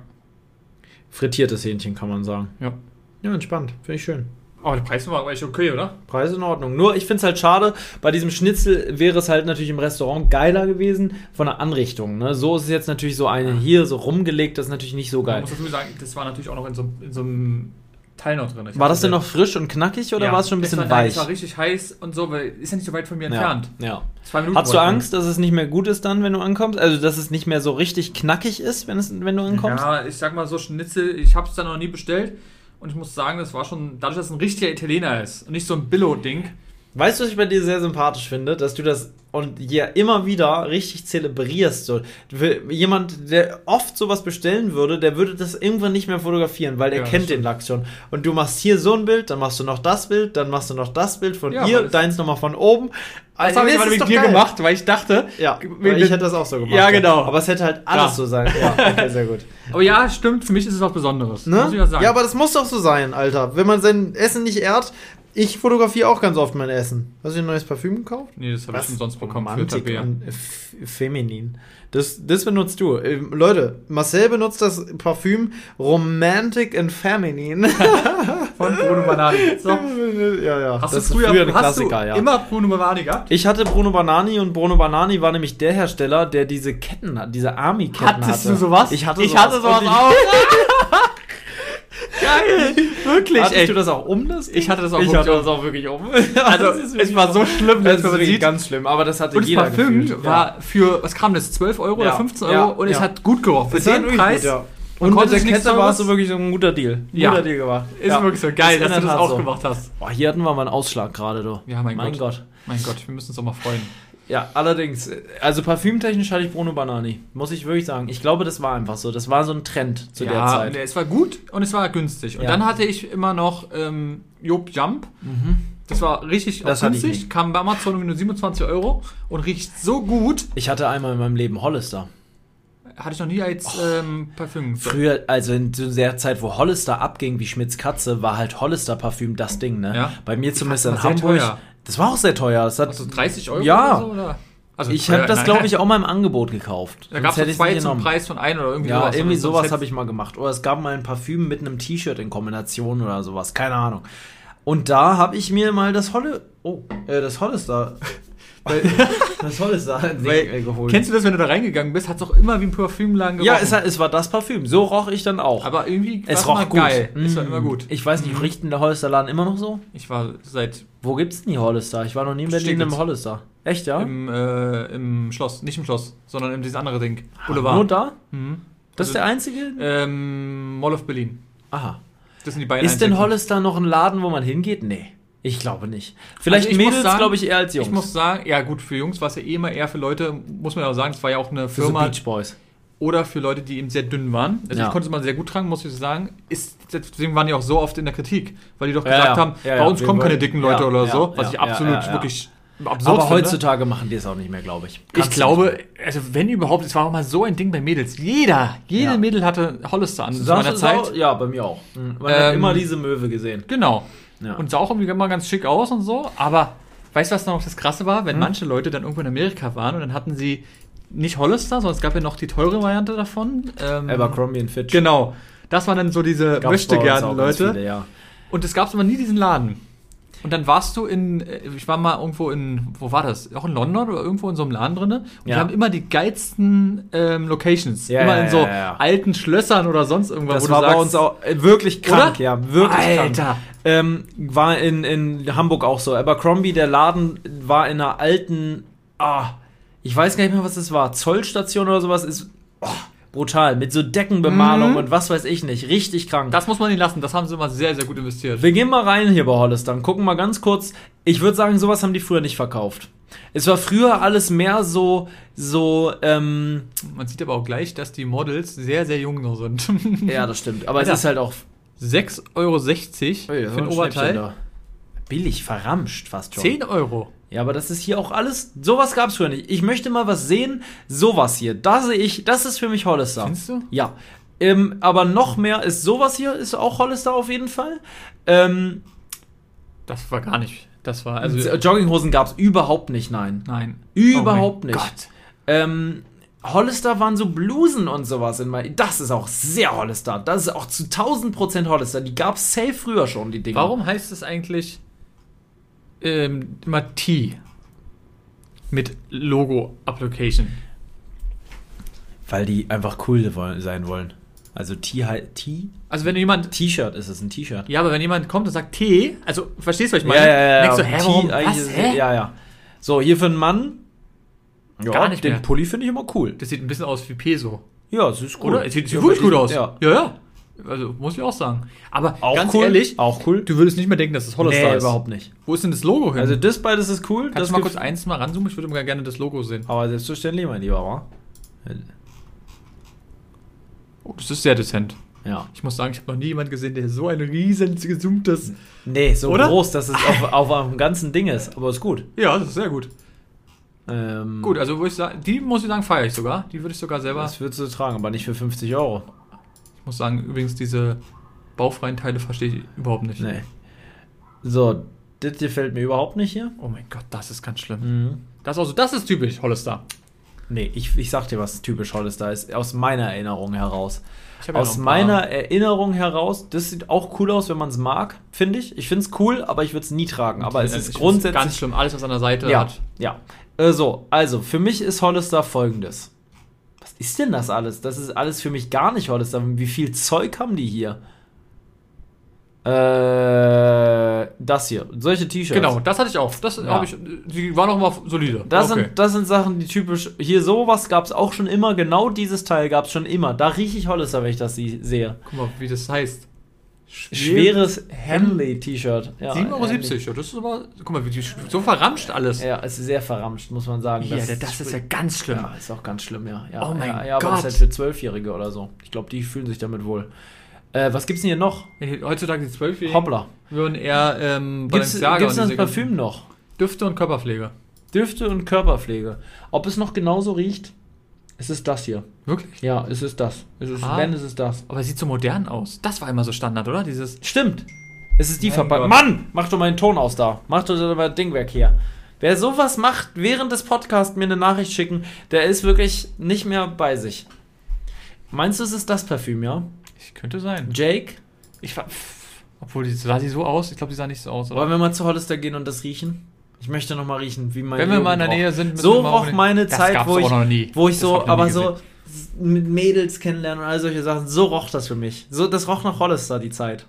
[SPEAKER 1] Frittiertes Hähnchen, kann man sagen.
[SPEAKER 2] Ja.
[SPEAKER 1] Ja, entspannt. Finde ich schön.
[SPEAKER 2] Aber der Preis war aber echt okay, oder?
[SPEAKER 1] Preis in Ordnung. Nur ich finde es halt schade, bei diesem Schnitzel wäre es halt natürlich im Restaurant geiler gewesen von der Anrichtung. Ne? So ist es jetzt natürlich so eine hier so rumgelegt, das ist natürlich nicht so
[SPEAKER 2] Man
[SPEAKER 1] geil.
[SPEAKER 2] muss dazu sagen, das war natürlich auch noch in so, in so einem Teil noch drin. Ich
[SPEAKER 1] War
[SPEAKER 2] hab
[SPEAKER 1] das denn
[SPEAKER 2] gesehen.
[SPEAKER 1] noch frisch und knackig oder
[SPEAKER 2] Also Ja.
[SPEAKER 1] war es schon ein
[SPEAKER 2] Es
[SPEAKER 1] bisschen
[SPEAKER 2] war, nein,
[SPEAKER 1] weich?
[SPEAKER 2] Es war richtig heiß und so, weil ist ja nicht so weit von mir
[SPEAKER 1] ja.
[SPEAKER 2] entfernt.
[SPEAKER 1] ja.
[SPEAKER 2] Zwei Minuten.
[SPEAKER 1] Hast du
[SPEAKER 2] wollten wir.
[SPEAKER 1] Angst, dass es nicht mehr gut ist dann, wenn du ankommst? Also, dass es nicht mehr so richtig knackig ist, wenn, es, wenn du ankommst?
[SPEAKER 2] Ja, ich sag mal so Schnitzel, ich hab's da noch nie bestellt. Und ich muss sagen, das war schon, dadurch, dass es ein richtiger Italiener ist und nicht so ein Billo-Ding.
[SPEAKER 1] Weißt du, was ich bei dir sehr sympathisch finde? Dass du das und ja immer wieder richtig zelebrierst. So. Für Jemand, der oft sowas bestellen würde, der würde das irgendwann nicht mehr fotografieren, weil der
[SPEAKER 2] Ja, das
[SPEAKER 1] kennt den Lachs schon. Und du machst hier so ein Bild, dann machst du noch das Bild, dann machst du noch das Bild von
[SPEAKER 2] Ja,
[SPEAKER 1] hier,
[SPEAKER 2] weil es-
[SPEAKER 1] deins nochmal von oben. Also Äh,
[SPEAKER 2] Das habe ich aber wegen dir gemacht, weil ich dachte.
[SPEAKER 1] Ja,
[SPEAKER 2] wegen
[SPEAKER 1] weil ich
[SPEAKER 2] den-
[SPEAKER 1] hätte das auch so gemacht.
[SPEAKER 2] Ja, genau.
[SPEAKER 1] Aber es hätte halt alles
[SPEAKER 2] Ja.
[SPEAKER 1] so sein. Ja, okay, sehr gut.
[SPEAKER 2] Aber ja, stimmt, für mich ist es was Besonderes.
[SPEAKER 1] Ne?
[SPEAKER 2] Muss ich ja sagen.
[SPEAKER 1] Ja, aber das muss doch so sein, Alter. Wenn man sein Essen nicht ehrt, ich fotografiere auch ganz oft mein Essen. Hast du dir ein neues Parfüm gekauft?
[SPEAKER 2] nee, das habe ich
[SPEAKER 1] Was?
[SPEAKER 2] schon sonst bekommen für
[SPEAKER 1] Romantik
[SPEAKER 2] Tabea.
[SPEAKER 1] und äh, f- feminin. Das, das benutzt du. Ähm, Leute, Marcel benutzt das Parfüm Romantic and Feminine.
[SPEAKER 2] Von Bruno Banani. So.
[SPEAKER 1] ja, ja.
[SPEAKER 2] Hast
[SPEAKER 1] das
[SPEAKER 2] du
[SPEAKER 1] ist
[SPEAKER 2] früher,
[SPEAKER 1] ein
[SPEAKER 2] hast du
[SPEAKER 1] Klassiker, ja.
[SPEAKER 2] immer Bruno Banani gehabt?
[SPEAKER 1] ich hatte Bruno Banani und Bruno Banani war nämlich der Hersteller, der diese Ketten hat, diese Army-Ketten hatte.
[SPEAKER 2] Hattest du sowas?
[SPEAKER 1] Ich hatte
[SPEAKER 2] ich
[SPEAKER 1] sowas.
[SPEAKER 2] hatte sowas
[SPEAKER 1] Und ich-
[SPEAKER 2] auch. Geil. Wirklich,
[SPEAKER 1] Hattest
[SPEAKER 2] ey.
[SPEAKER 1] du das auch um das?
[SPEAKER 2] ich hatte das auch
[SPEAKER 1] Ich
[SPEAKER 2] wirklich
[SPEAKER 1] hatte
[SPEAKER 2] um.
[SPEAKER 1] das auch wirklich um. Das ist
[SPEAKER 2] Also, es
[SPEAKER 1] wirklich um.
[SPEAKER 2] war so
[SPEAKER 1] Das
[SPEAKER 2] schlimm, dass
[SPEAKER 1] ist
[SPEAKER 2] man
[SPEAKER 1] wirklich
[SPEAKER 2] sieht.
[SPEAKER 1] ganz schlimm, aber das hatte
[SPEAKER 2] Und das
[SPEAKER 1] jeder
[SPEAKER 2] Parfüm
[SPEAKER 1] gefühlt.
[SPEAKER 2] war für, was kam das, 12 Euro
[SPEAKER 1] Ja.
[SPEAKER 2] oder 15 Euro
[SPEAKER 1] Ja.
[SPEAKER 2] und es
[SPEAKER 1] Ja.
[SPEAKER 2] hat gut gerochen. Für
[SPEAKER 1] Es war
[SPEAKER 2] den
[SPEAKER 1] wirklich
[SPEAKER 2] Preis
[SPEAKER 1] gut, ja.
[SPEAKER 2] man
[SPEAKER 1] Und
[SPEAKER 2] konnte
[SPEAKER 1] mit der
[SPEAKER 2] sich nichts
[SPEAKER 1] Kette warst
[SPEAKER 2] anderes-
[SPEAKER 1] du wirklich so ein guter Deal.
[SPEAKER 2] Ja.
[SPEAKER 1] Guter Deal gemacht.
[SPEAKER 2] ist
[SPEAKER 1] ja.
[SPEAKER 2] wirklich so geil,
[SPEAKER 1] Ist in
[SPEAKER 2] dass
[SPEAKER 1] der
[SPEAKER 2] du das
[SPEAKER 1] Tat
[SPEAKER 2] auch
[SPEAKER 1] so.
[SPEAKER 2] gemacht hast.
[SPEAKER 1] Boah, hier hatten wir mal einen Ausschlag gerade, du.
[SPEAKER 2] Ja, mein
[SPEAKER 1] mein Gott.
[SPEAKER 2] Mein Gott, wir müssen uns auch mal freuen.
[SPEAKER 1] Ja, allerdings, also parfümtechnisch hatte ich Bruno Banani. Muss ich wirklich sagen. Ich glaube, das war einfach so. Das war so ein Trend zu der Zeit.
[SPEAKER 2] nee, es war gut und es war günstig. Und
[SPEAKER 1] Ja.
[SPEAKER 2] dann hatte ich immer noch ähm, Job Jump. Das war richtig
[SPEAKER 1] Mhm. Das
[SPEAKER 2] auch
[SPEAKER 1] hatte ich
[SPEAKER 2] günstig,
[SPEAKER 1] nicht.
[SPEAKER 2] kam bei Amazon um nur 27 Euro und riecht so gut.
[SPEAKER 1] Ich hatte einmal in meinem Leben Hollister.
[SPEAKER 2] Hatte ich noch nie als ähm, Parfüm.
[SPEAKER 1] Früher, also in so der Zeit, wo Hollister abging wie Schmitz Katze, war halt Hollister-Parfüm das Ding, ne?
[SPEAKER 2] Ja.
[SPEAKER 1] Bei mir zumindest
[SPEAKER 2] Katze
[SPEAKER 1] in
[SPEAKER 2] war sehr
[SPEAKER 1] Hamburg.
[SPEAKER 2] teuer.
[SPEAKER 1] Das war auch sehr teuer. Das hat,
[SPEAKER 2] Also 30 Euro
[SPEAKER 1] Ja.
[SPEAKER 2] oder so? Oder? Also
[SPEAKER 1] ich
[SPEAKER 2] teuer,
[SPEAKER 1] habe das,
[SPEAKER 2] nein.
[SPEAKER 1] glaube ich, auch mal im Angebot gekauft.
[SPEAKER 2] Da gab
[SPEAKER 1] Sonst hätte
[SPEAKER 2] es
[SPEAKER 1] ich's
[SPEAKER 2] zwei
[SPEAKER 1] nicht
[SPEAKER 2] zum
[SPEAKER 1] genommen.
[SPEAKER 2] Preis von ein oder irgendwie
[SPEAKER 1] Ja,
[SPEAKER 2] sowas.
[SPEAKER 1] irgendwie
[SPEAKER 2] Und sonst
[SPEAKER 1] sowas
[SPEAKER 2] hätte-
[SPEAKER 1] habe ich mal gemacht. Oder es gab mal ein Parfüm mit einem T-Shirt in Kombination oder sowas. Keine Ahnung. Und da habe ich mir mal das Holle. Oh, äh, das Hollister. das Hollister
[SPEAKER 2] Weil-
[SPEAKER 1] äh, geholt.
[SPEAKER 2] Kennst du das, wenn du da reingegangen bist, hat es auch immer wie ein Parfümladen
[SPEAKER 1] ja,
[SPEAKER 2] gerochen.
[SPEAKER 1] es, hat- es war das Parfüm. So roch ich dann auch.
[SPEAKER 2] aber irgendwie
[SPEAKER 1] es
[SPEAKER 2] war's
[SPEAKER 1] roch
[SPEAKER 2] immer
[SPEAKER 1] gut.
[SPEAKER 2] geil. Es war
[SPEAKER 1] Mm.
[SPEAKER 2] immer gut. Mhm.
[SPEAKER 1] Ich weiß nicht, riecht denn der Hollisterladen immer noch so?
[SPEAKER 2] Ich war seit
[SPEAKER 1] Wo gibt's denn die Hollister? Ich war noch nie in Berlin
[SPEAKER 2] Steglitz.
[SPEAKER 1] im Hollister. Echt, ja?
[SPEAKER 2] im, äh, im Schloss, nicht im Schloss, sondern in dieses andere Ding. Boulevard.
[SPEAKER 1] Nur da?
[SPEAKER 2] Mhm.
[SPEAKER 1] Das ist der
[SPEAKER 2] Also-
[SPEAKER 1] einzige?
[SPEAKER 2] Ähm, Mall of Berlin.
[SPEAKER 1] Aha.
[SPEAKER 2] Das sind die beiden.
[SPEAKER 1] Ist denn
[SPEAKER 2] einzigen.
[SPEAKER 1] Hollister noch ein Laden, wo man hingeht? Nee. Ich glaube nicht. Vielleicht
[SPEAKER 2] Also ich muss
[SPEAKER 1] Mädels,
[SPEAKER 2] sagen,
[SPEAKER 1] glaube ich, eher als Jungs.
[SPEAKER 2] Ich muss sagen, ja gut, für Jungs war es ja eh immer eher für Leute, muss man ja auch sagen, es war ja auch eine
[SPEAKER 1] für so
[SPEAKER 2] Firma
[SPEAKER 1] Beach Boys.
[SPEAKER 2] oder für Leute, die eben sehr dünn waren. Also
[SPEAKER 1] Ja.
[SPEAKER 2] ich konnte es mal sehr gut tragen, muss ich sagen. Ist, deswegen waren die auch so oft in der Kritik, weil die doch
[SPEAKER 1] Ja, ja.
[SPEAKER 2] gesagt haben,
[SPEAKER 1] Ja,
[SPEAKER 2] bei
[SPEAKER 1] ja,
[SPEAKER 2] uns
[SPEAKER 1] wir
[SPEAKER 2] kommen keine
[SPEAKER 1] wollen-
[SPEAKER 2] dicken Leute
[SPEAKER 1] ja,
[SPEAKER 2] oder
[SPEAKER 1] ja,
[SPEAKER 2] so, was
[SPEAKER 1] ja,
[SPEAKER 2] ich
[SPEAKER 1] ja,
[SPEAKER 2] absolut
[SPEAKER 1] ja, ja.
[SPEAKER 2] wirklich absurd
[SPEAKER 1] Aber
[SPEAKER 2] finde.
[SPEAKER 1] heutzutage machen die es auch nicht mehr, glaube ich.
[SPEAKER 2] Ich
[SPEAKER 1] Kannst du nicht
[SPEAKER 2] glaube, also wenn überhaupt, es war auch mal so ein Ding bei Mädels. Jeder, jede
[SPEAKER 1] Ja.
[SPEAKER 2] Mädel hatte Hollister an zu
[SPEAKER 1] mehr.
[SPEAKER 2] meiner
[SPEAKER 1] Sau-
[SPEAKER 2] Zeit.
[SPEAKER 1] Sau- ja, bei mir auch. Mhm. Man hat
[SPEAKER 2] Ähm,
[SPEAKER 1] immer diese Möwe gesehen.
[SPEAKER 2] Genau.
[SPEAKER 1] Ja.
[SPEAKER 2] Und sah auch irgendwie immer ganz schick aus und so. Aber weißt du, was noch das Krasse war?
[SPEAKER 1] Hm?
[SPEAKER 2] Wenn manche Leute dann irgendwo in Amerika waren und dann hatten sie nicht Hollister, sondern es gab ja noch die teure Variante davon. Ähm,
[SPEAKER 1] Abercrombie und Fitch.
[SPEAKER 2] Genau. Das waren dann so diese
[SPEAKER 1] Gab's
[SPEAKER 2] möchte
[SPEAKER 1] bei uns
[SPEAKER 2] gerne
[SPEAKER 1] auch ganz
[SPEAKER 2] Leute.
[SPEAKER 1] Viele, ja.
[SPEAKER 2] Und es gab immer nie diesen Laden. Und dann warst du in, äh, ich war mal irgendwo in, wo war das? Auch in London oder irgendwo in so einem Laden drinne. Und die
[SPEAKER 1] Ja.
[SPEAKER 2] haben immer die geilsten ähm, Locations.
[SPEAKER 1] Ja,
[SPEAKER 2] immer
[SPEAKER 1] ja,
[SPEAKER 2] in so
[SPEAKER 1] ja, ja.
[SPEAKER 2] alten Schlössern oder sonst irgendwas.
[SPEAKER 1] Das war bei uns auch äh, wirklich krank,
[SPEAKER 2] Oder?
[SPEAKER 1] ja, wirklich
[SPEAKER 2] Alter.
[SPEAKER 1] krank. Ähm, war in, in Hamburg auch so. Abercrombie, der Laden, war in einer alten, ah, ich weiß gar nicht mehr, was das war, Zollstation oder sowas, ist, oh, Brutal. Mit so Deckenbemalung
[SPEAKER 2] Mhm.
[SPEAKER 1] und was weiß ich nicht. Richtig krank.
[SPEAKER 2] Das muss man ihnen lassen, das haben sie immer sehr, sehr gut investiert.
[SPEAKER 1] Wir gehen mal rein hier bei Hollister gucken mal ganz kurz. Ich würde sagen, sowas haben die früher nicht verkauft. Es war früher alles mehr so, so, ähm,
[SPEAKER 2] Man sieht aber auch gleich, dass die Models sehr, sehr jung noch sind.
[SPEAKER 1] ja, das stimmt. Aber
[SPEAKER 2] Ja.
[SPEAKER 1] es ist halt auch
[SPEAKER 2] 6,60
[SPEAKER 1] Ui,
[SPEAKER 2] Euro
[SPEAKER 1] das war ein
[SPEAKER 2] für ein
[SPEAKER 1] Schnäppchen
[SPEAKER 2] Oberteil.
[SPEAKER 1] da. Billig, verramscht fast schon.
[SPEAKER 2] 10 Euro.
[SPEAKER 1] Ja, aber das ist hier auch alles. Sowas gab's früher nicht. Ich möchte mal was sehen. Sowas hier. Da sehe ich, das ist für mich Hollister.
[SPEAKER 2] Findest du?
[SPEAKER 1] Ja. Ähm, aber noch mehr ist sowas hier, ist auch Hollister auf jeden Fall. Ähm,
[SPEAKER 2] Das war gar nicht. Das war also.
[SPEAKER 1] also, Oh Jogginghosen gab's überhaupt nicht, nein.
[SPEAKER 2] Nein.
[SPEAKER 1] Überhaupt
[SPEAKER 2] Oh mein
[SPEAKER 1] nicht.
[SPEAKER 2] Gott.
[SPEAKER 1] Ähm, Hollister waren so Blusen und sowas in mein. Das ist auch sehr Hollister. Das ist auch zu 1000% Hollister. Die gab's safe früher schon, die Dinger.
[SPEAKER 2] Warum heißt es eigentlich ähm, immer T mit Logo Application?
[SPEAKER 1] Weil die einfach cool woll- sein wollen. Also T- Hi- T-
[SPEAKER 2] Also wenn jemand
[SPEAKER 1] T-Shirt ist es, ein T-Shirt.
[SPEAKER 2] Ja, aber wenn jemand kommt und sagt T, also verstehst du, was ich meine? Denkst du, hä,
[SPEAKER 1] T
[SPEAKER 2] warum?
[SPEAKER 1] eigentlich
[SPEAKER 2] Was,
[SPEAKER 1] ist-
[SPEAKER 2] hä?
[SPEAKER 1] Ja, ja. So, hier für einen Mann. Ja,
[SPEAKER 2] Gar nicht
[SPEAKER 1] den
[SPEAKER 2] mehr.
[SPEAKER 1] Pulli finde ich immer cool.
[SPEAKER 2] Das sieht ein bisschen aus wie Peso,
[SPEAKER 1] Ja, es ist cool.
[SPEAKER 2] oder? Es sieht, sieht
[SPEAKER 1] ja,
[SPEAKER 2] wirklich gut
[SPEAKER 1] aber-
[SPEAKER 2] aus.
[SPEAKER 1] Ja.
[SPEAKER 2] ja, ja. Also, muss ich auch sagen. Aber
[SPEAKER 1] Auch
[SPEAKER 2] ganz
[SPEAKER 1] cool,
[SPEAKER 2] ehrlich,
[SPEAKER 1] auch cool.
[SPEAKER 2] du würdest nicht mehr denken, dass das Hollister
[SPEAKER 1] nee,
[SPEAKER 2] ist.
[SPEAKER 1] überhaupt nicht.
[SPEAKER 2] Wo ist denn das Logo hin?
[SPEAKER 1] Also das beides ist cool.
[SPEAKER 2] Kannst
[SPEAKER 1] das
[SPEAKER 2] du mal
[SPEAKER 1] gef-
[SPEAKER 2] kurz eins mal ranzoomen? Ich würde mal gerne das Logo sehen.
[SPEAKER 1] Aber selbstverständlich, mein Lieber, wa?
[SPEAKER 2] Oh, das ist sehr dezent.
[SPEAKER 1] Ja.
[SPEAKER 2] Ich muss sagen, ich habe noch nie jemanden gesehen, der so ein riesen gezoomtes...
[SPEAKER 1] Nee, so
[SPEAKER 2] Oder?
[SPEAKER 1] groß, dass es auf, auf einem ganzen Ding ist. Aber ist gut.
[SPEAKER 2] Ja, das ist sehr gut.
[SPEAKER 1] Ähm,
[SPEAKER 2] Gut, also wo ich sagen, die muss ich sagen, feiere ich sogar. Die würde ich sogar selber...
[SPEAKER 1] Das würdest du tragen, aber nicht für 50 Euro.
[SPEAKER 2] Ich muss sagen, übrigens, diese baufreien Teile verstehe ich überhaupt nicht.
[SPEAKER 1] Nee. So, das gefällt mir überhaupt nicht hier.
[SPEAKER 2] Oh mein Gott, das ist ganz schlimm.
[SPEAKER 1] Mhm.
[SPEAKER 2] Das, also, das ist typisch Hollister.
[SPEAKER 1] Nee, ich, ich sag dir, was typisch Hollister ist, aus meiner Erinnerung heraus.
[SPEAKER 2] Ich hab ja noch
[SPEAKER 1] Aus
[SPEAKER 2] ein paar-
[SPEAKER 1] meiner Erinnerung heraus, das sieht auch cool aus, wenn man es mag, finde ich. Ich finde es cool, aber ich würde es nie tragen. Aber es
[SPEAKER 2] Ich
[SPEAKER 1] ist
[SPEAKER 2] find's
[SPEAKER 1] grundsätzlich.
[SPEAKER 2] Ganz schlimm, alles, was an der Seite
[SPEAKER 1] ja,
[SPEAKER 2] hat.
[SPEAKER 1] ja. Äh, so, also für mich ist Hollister folgendes. Was ist denn das alles? Das ist alles für mich gar nicht Hollister. Wie viel Zeug haben die hier? Äh, das hier. Solche T-Shirts.
[SPEAKER 2] Genau, das hatte ich auch. Das
[SPEAKER 1] Ja.
[SPEAKER 2] habe ich. Die waren auch mal solide.
[SPEAKER 1] Das,
[SPEAKER 2] Okay.
[SPEAKER 1] sind, das sind Sachen, die typisch. Hier sowas gab es auch schon immer. Genau dieses Teil gab es schon immer. Da rieche ich Hollister, wenn ich das sie- sehe.
[SPEAKER 2] Guck mal, wie das heißt.
[SPEAKER 1] Schweres Henley-T-Shirt. Ja,
[SPEAKER 2] 7,70 Euro. Ja, das ist aber. Guck mal, wie die, so verramscht alles.
[SPEAKER 1] Ja, es ist sehr verramscht, muss man sagen.
[SPEAKER 2] Ja, das ist ja ganz schlimm.
[SPEAKER 1] Ja, ist auch ganz schlimm, ja. ja
[SPEAKER 2] Oh mein
[SPEAKER 1] ja, ja, Aber das
[SPEAKER 2] Gott.
[SPEAKER 1] ist halt für Zwölfjährige oder so. Ich glaube, die fühlen sich damit wohl. Äh, was gibt's denn hier noch?
[SPEAKER 2] Wenn die- Heutzutage die 12
[SPEAKER 1] Hoppla.
[SPEAKER 2] würden eher ähm,
[SPEAKER 1] Gibt's,
[SPEAKER 2] Balenciaga
[SPEAKER 1] gibt's
[SPEAKER 2] und
[SPEAKER 1] das
[SPEAKER 2] diese ganzen
[SPEAKER 1] Parfüm noch?
[SPEAKER 2] Düfte und Körperpflege.
[SPEAKER 1] Düfte und Körperpflege. Ob es noch genauso riecht? Es ist das hier.
[SPEAKER 2] Wirklich?
[SPEAKER 1] Ja, es ist das. Es ist,
[SPEAKER 2] Ah.
[SPEAKER 1] Wenn, es ist das.
[SPEAKER 2] Aber es sieht so modern aus. Das war immer so Standard, oder? Dieses.
[SPEAKER 1] Stimmt. Es ist die
[SPEAKER 2] Mein
[SPEAKER 1] Verpackung.
[SPEAKER 2] Gott.
[SPEAKER 1] Mann, mach doch mal den Ton aus da. Mach doch mal das Ding weg hier. Wer sowas macht, während des Podcasts mir eine Nachricht schicken, der ist wirklich nicht mehr bei sich. Meinst du, es ist das Parfüm, ja?
[SPEAKER 2] Ich könnte sein.
[SPEAKER 1] Jake?
[SPEAKER 2] Ich war. Obwohl, die, sah sie so aus? Ich glaube, die sah nicht so aus. Oder?
[SPEAKER 1] Wollen wir mal zu Hollister gehen und das riechen? Ich möchte noch mal riechen, wie mein
[SPEAKER 2] Wenn wir mal in der
[SPEAKER 1] Jugend
[SPEAKER 2] Nähe
[SPEAKER 1] roch.
[SPEAKER 2] sind, müssen wir
[SPEAKER 1] So
[SPEAKER 2] mal
[SPEAKER 1] roch
[SPEAKER 2] unbedingt-
[SPEAKER 1] meine
[SPEAKER 2] Das
[SPEAKER 1] Zeit,
[SPEAKER 2] gab's
[SPEAKER 1] wo
[SPEAKER 2] auch
[SPEAKER 1] ich,
[SPEAKER 2] noch nie.
[SPEAKER 1] wo ich
[SPEAKER 2] Das
[SPEAKER 1] so,
[SPEAKER 2] hab ich noch nie
[SPEAKER 1] aber so mit Mädels kennenlernen und all solche Sachen, so roch das für mich. So, das roch nach Hollister, die Zeit.